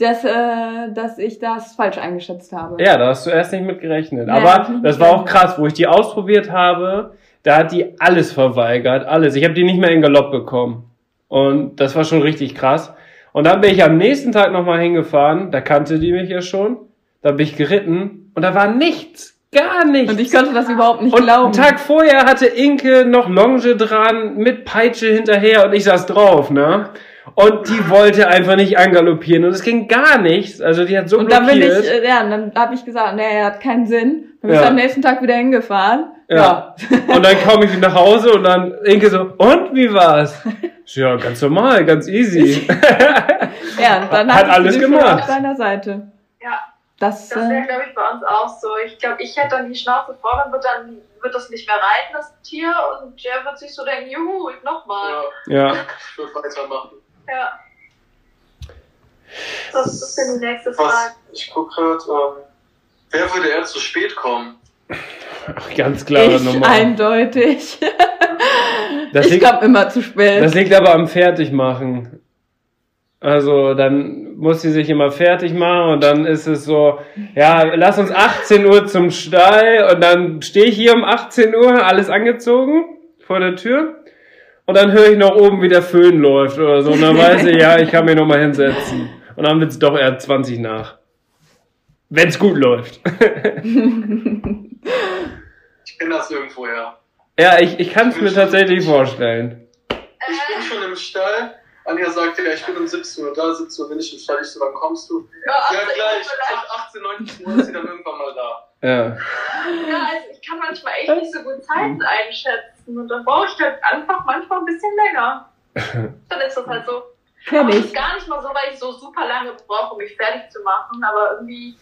Speaker 1: dass, äh, dass ich das falsch eingeschätzt habe.
Speaker 3: Ja, da hast du erst nicht mit gerechnet.
Speaker 1: Ja, hab ich
Speaker 3: Aber
Speaker 1: nicht
Speaker 3: das war auch
Speaker 1: gerechnet.
Speaker 3: krass, wo ich die ausprobiert habe, da hat die alles verweigert, alles. Ich habe die nicht mehr in Galopp bekommen. Und das war schon richtig krass. Und dann bin ich am nächsten Tag nochmal hingefahren, da kannte die mich ja schon. Da bin ich geritten und da war nichts. Gar nichts.
Speaker 1: Und ich konnte das überhaupt nicht
Speaker 3: Und einen
Speaker 1: glauben.
Speaker 3: Tag vorher hatte Inke noch Longe dran mit Peitsche hinterher und ich saß drauf, ne? Und die wollte einfach nicht angaloppieren und es ging gar nichts. Also die hat so
Speaker 1: und dann bin ich,
Speaker 3: blockiert.
Speaker 1: äh, ja, und dann habe ich gesagt, nee, hat keinen Sinn. Dann bin
Speaker 3: Ja.
Speaker 1: ich am nächsten Tag wieder hingefahren.
Speaker 3: Ja.
Speaker 1: Ja.
Speaker 3: Und dann komme ich nach Hause und dann Inke so, und wie war's? Ich so, Ja, ganz normal, ganz easy.
Speaker 1: Ja, und dann
Speaker 3: Hat
Speaker 1: hattest du
Speaker 3: alles
Speaker 1: die schon
Speaker 3: gemacht.
Speaker 1: auf deiner Seite.
Speaker 4: Ja.
Speaker 1: Das,
Speaker 4: Das wäre,
Speaker 1: äh,
Speaker 4: glaube ich, bei uns auch so. Ich glaube, ich hätte dann die Schnauze voll und wird dann wird das nicht mehr reiten, das Tier. Und der wird sich so denken, juhu, nochmal.
Speaker 5: Ja,
Speaker 3: ja.
Speaker 5: ich würde weitermachen.
Speaker 4: Ja. Das ist dann die nächste Frage.
Speaker 5: Was, ich gucke gerade, ähm, wer würde eher zu spät kommen?
Speaker 3: Ach, ganz klare
Speaker 1: ich
Speaker 3: Nummer.
Speaker 1: eindeutig.
Speaker 3: Das
Speaker 1: ich
Speaker 3: liegt,
Speaker 1: komme immer zu spät.
Speaker 3: das liegt aber am Fertigmachen. Also dann muss sie sich immer fertig machen und dann ist es so, ja, lass uns 18 Uhr zum Stall und dann stehe ich hier um 18 Uhr, alles angezogen vor der Tür und dann höre ich noch oben, wie der Föhn läuft oder so und dann weiß ich, ja, ich kann mich nochmal hinsetzen und dann wird's doch eher 20 nach. Wenn's gut läuft.
Speaker 5: Ich kenne das irgendwoher.
Speaker 3: Ja, ich, ich kann's mir tatsächlich vorstellen.
Speaker 5: Ich
Speaker 4: Äh.
Speaker 5: bin schon im Stall. Anja sagte, ja, ich bin um 17 Uhr da, 17 Uhr bin ich im Stall. Ich so, wann kommst du?
Speaker 4: Ja,
Speaker 5: Ja,
Speaker 4: also ich-
Speaker 5: gleich. Ach, 18, 19 Uhr ist sie dann irgendwann mal da.
Speaker 3: Ja.
Speaker 4: Ja, also ich kann manchmal echt nicht so gut Zeiten einschätzen. Und dann brauche ich halt einfach manchmal ein bisschen länger. Dann ist das halt so.
Speaker 1: Kenn
Speaker 4: Aber es ist
Speaker 1: ich.
Speaker 4: gar nicht mal so, weil ich so super lange brauche, um mich fertig zu machen. Aber irgendwie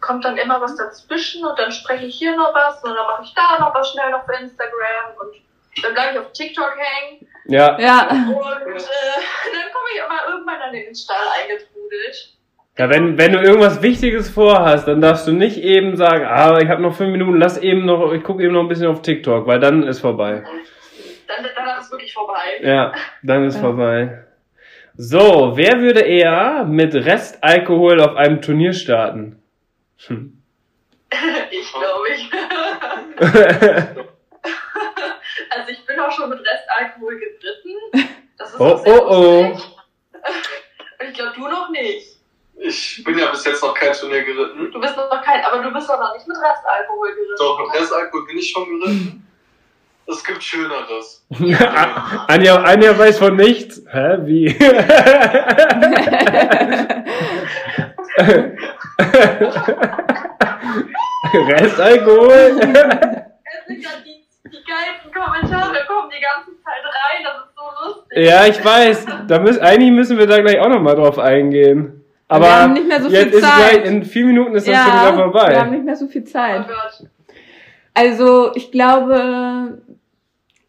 Speaker 4: kommt dann immer was dazwischen und dann spreche ich hier noch was und dann mache ich da noch was schnell noch für Instagram und dann bleibe ich auf TikTok hängen
Speaker 3: Ja.
Speaker 1: Ja.
Speaker 4: und äh, dann komme ich aber irgendwann dann in den Stall eingetrudelt.
Speaker 3: Ja, wenn, wenn du irgendwas Wichtiges vorhast, dann darfst du nicht eben sagen, ah, ich habe noch fünf Minuten, lass eben noch, ich gucke eben noch ein bisschen auf TikTok, weil dann ist vorbei.
Speaker 4: Dann, dann ist es wirklich vorbei.
Speaker 3: Ja, dann ist vorbei. So, wer würde eher mit Restalkohol auf einem Turnier starten? Hm.
Speaker 4: ich glaube ich. also ich bin auch schon mit Restalkohol geritten. Das ist
Speaker 3: Oh,
Speaker 4: auch sehr
Speaker 3: oh, oh.
Speaker 4: lustig. Und ich glaube, du noch nicht.
Speaker 5: Ich bin ja bis jetzt noch kein Turnier geritten.
Speaker 4: Du bist noch kein, aber du bist doch noch nicht mit Restalkohol geritten.
Speaker 5: Doch, mit Restalkohol bin ich schon geritten. Es gibt Schöneres.
Speaker 3: Anja, Anja weiß von nichts. Hä, wie? Restalkohol?
Speaker 4: Es sind ja die, die geilsten Kommentare, kommen die ganze Zeit rein, das ist so lustig.
Speaker 3: ja, ich weiß. Da müssen, eigentlich müssen wir da gleich auch nochmal drauf eingehen. Aber
Speaker 1: haben nicht mehr so viel
Speaker 3: jetzt ist
Speaker 1: Zeit.
Speaker 3: gleich, in vier Minuten ist das schon wieder vorbei.
Speaker 1: wir haben nicht mehr so viel
Speaker 4: Oh
Speaker 1: Zeit.
Speaker 4: Gott.
Speaker 1: Also, ich glaube,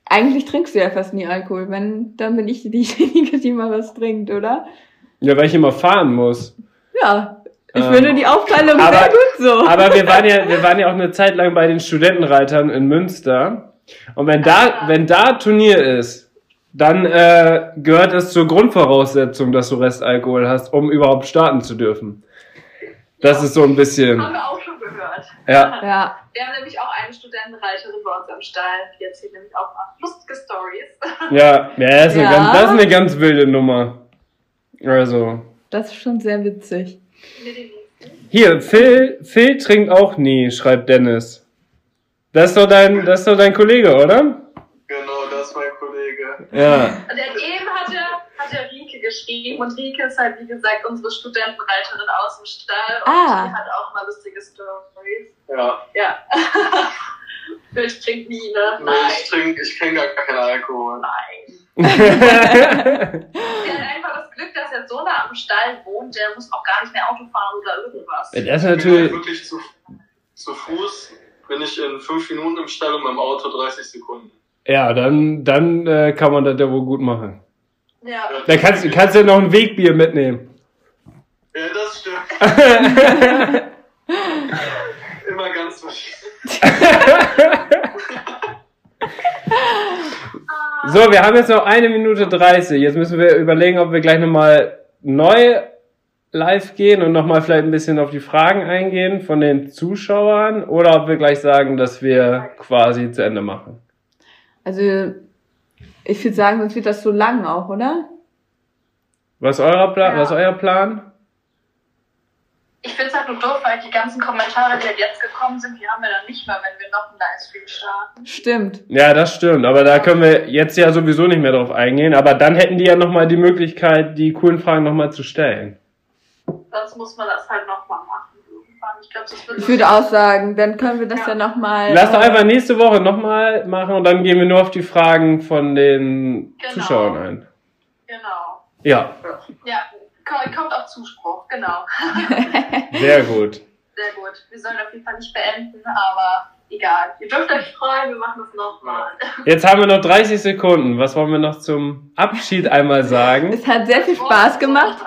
Speaker 1: eigentlich trinkst du ja fast nie Alkohol. Wenn, dann bin ich diejenige, die mal was trinkt, oder?
Speaker 3: Ja, weil ich immer fahren muss.
Speaker 1: Ja. Ich
Speaker 3: Ähm,
Speaker 1: finde die Aufteilung
Speaker 3: aber-
Speaker 1: sehr gut so.
Speaker 3: Aber wir waren ja, wir waren ja auch eine Zeit lang bei den Studentenreitern in Münster. Und wenn da,
Speaker 1: Ah.
Speaker 3: wenn da Turnier ist, dann äh, gehört es zur Grundvoraussetzung, dass du Restalkohol hast, um überhaupt starten zu dürfen. Das ist so ein bisschen,
Speaker 4: Haben wir auch schon gehört.
Speaker 3: ja.
Speaker 1: ja.
Speaker 4: Wir haben nämlich auch eine Studentenreiterin bei uns am Stall. Die erzählt nämlich auch mal lustige Stories.
Speaker 3: Ja, ja, das ist, Eine
Speaker 1: Ja.
Speaker 3: ganz, das ist eine ganz wilde Nummer. Also.
Speaker 1: Das ist schon sehr witzig.
Speaker 3: Hier, Phil, Phil trinkt auch nie, schreibt Dennis. Das ist doch dein, das ist doch dein Kollege, oder?
Speaker 5: Genau, das ist mein Kollege.
Speaker 3: Ja.
Speaker 4: Und dann eben hat er, hat er Rike geschrieben und Rike ist halt, wie gesagt, unsere Studentenreiterin aus dem Stall und
Speaker 1: Ah.
Speaker 4: die hat auch mal lustige Stories.
Speaker 5: Ja.
Speaker 4: Ja. Milch trinkt nie, ne?
Speaker 5: Nee,
Speaker 4: Nein.
Speaker 5: Ich trinke, ich kenne gar keinen Alkohol.
Speaker 4: Sie hat einfach das Glück, dass er so nah am Stall wohnt, der muss auch gar nicht mehr Auto fahren oder irgendwas.
Speaker 3: Ja, Das ist
Speaker 5: Ich bin
Speaker 3: natürlich.
Speaker 5: halt wirklich zu, zu Fuß, bin ich in fünf Minuten im Stall und mit dem Auto 30 Sekunden.
Speaker 3: Ja, dann, dann äh, kann man das ja wohl gut machen.
Speaker 4: Ja.
Speaker 5: Ja.
Speaker 3: Da kannst du kannst ja noch ein Wegbier mitnehmen.
Speaker 5: Ja, das stimmt. Immer ganz verschieden.
Speaker 3: So, wir haben jetzt noch eine Minute 30. Jetzt müssen wir überlegen, ob wir gleich nochmal neu live gehen und nochmal vielleicht ein bisschen auf die Fragen eingehen von den Zuschauern oder ob wir gleich sagen, dass wir quasi zu Ende machen.
Speaker 1: Also, ich würde sagen, sonst wird das so lang auch, oder?
Speaker 3: Was ist, eurer Plan,
Speaker 4: Ja.
Speaker 3: was ist euer Plan?
Speaker 4: Ich finde es halt nur doof, weil die ganzen Kommentare, die halt jetzt gekommen sind, die haben wir dann nicht mehr, wenn wir noch einen Livestream starten.
Speaker 1: Stimmt.
Speaker 3: Ja, das stimmt. Aber da können wir jetzt ja sowieso nicht mehr drauf eingehen. Aber dann hätten die ja nochmal die Möglichkeit, die coolen Fragen nochmal zu stellen.
Speaker 4: Sonst muss man das halt nochmal machen. irgendwann. Ich glaube, das wird
Speaker 1: Ich würde auch sagen, dann können wir das ja, äh, nochmal.
Speaker 3: Lass doch einfach nächste Woche nochmal machen und dann gehen wir nur auf die Fragen von den
Speaker 4: Genau.
Speaker 3: Zuschauern ein.
Speaker 4: Genau.
Speaker 3: Ja,
Speaker 4: Ja, ko- kommt auch Zuspruch, genau.
Speaker 3: sehr gut.
Speaker 4: Sehr gut. Wir sollen auf jeden Fall nicht beenden, aber egal. Ihr dürft euch freuen, wir machen das nochmal.
Speaker 3: Jetzt haben wir noch 30 Sekunden. Was wollen wir noch zum Abschied einmal sagen?
Speaker 1: Es hat sehr viel Spaß gemacht.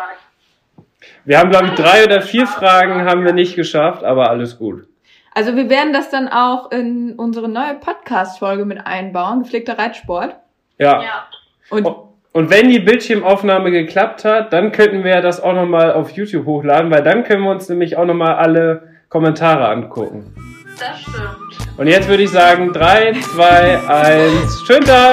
Speaker 3: Wir haben, glaube ich, drei oder vier Fragen haben wir nicht geschafft, aber alles gut.
Speaker 1: Also wir werden das dann auch in unsere neue Podcast-Folge mit einbauen, gepflegter Reitsport.
Speaker 3: Ja.
Speaker 4: Ja,
Speaker 1: Und
Speaker 3: Und wenn die Bildschirmaufnahme geklappt hat, dann könnten wir das auch nochmal auf YouTube hochladen, weil dann können wir uns nämlich auch nochmal alle Kommentare angucken.
Speaker 4: das stimmt.
Speaker 3: Und jetzt würde ich sagen, drei, zwei, eins, schönen Tag!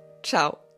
Speaker 2: ciao.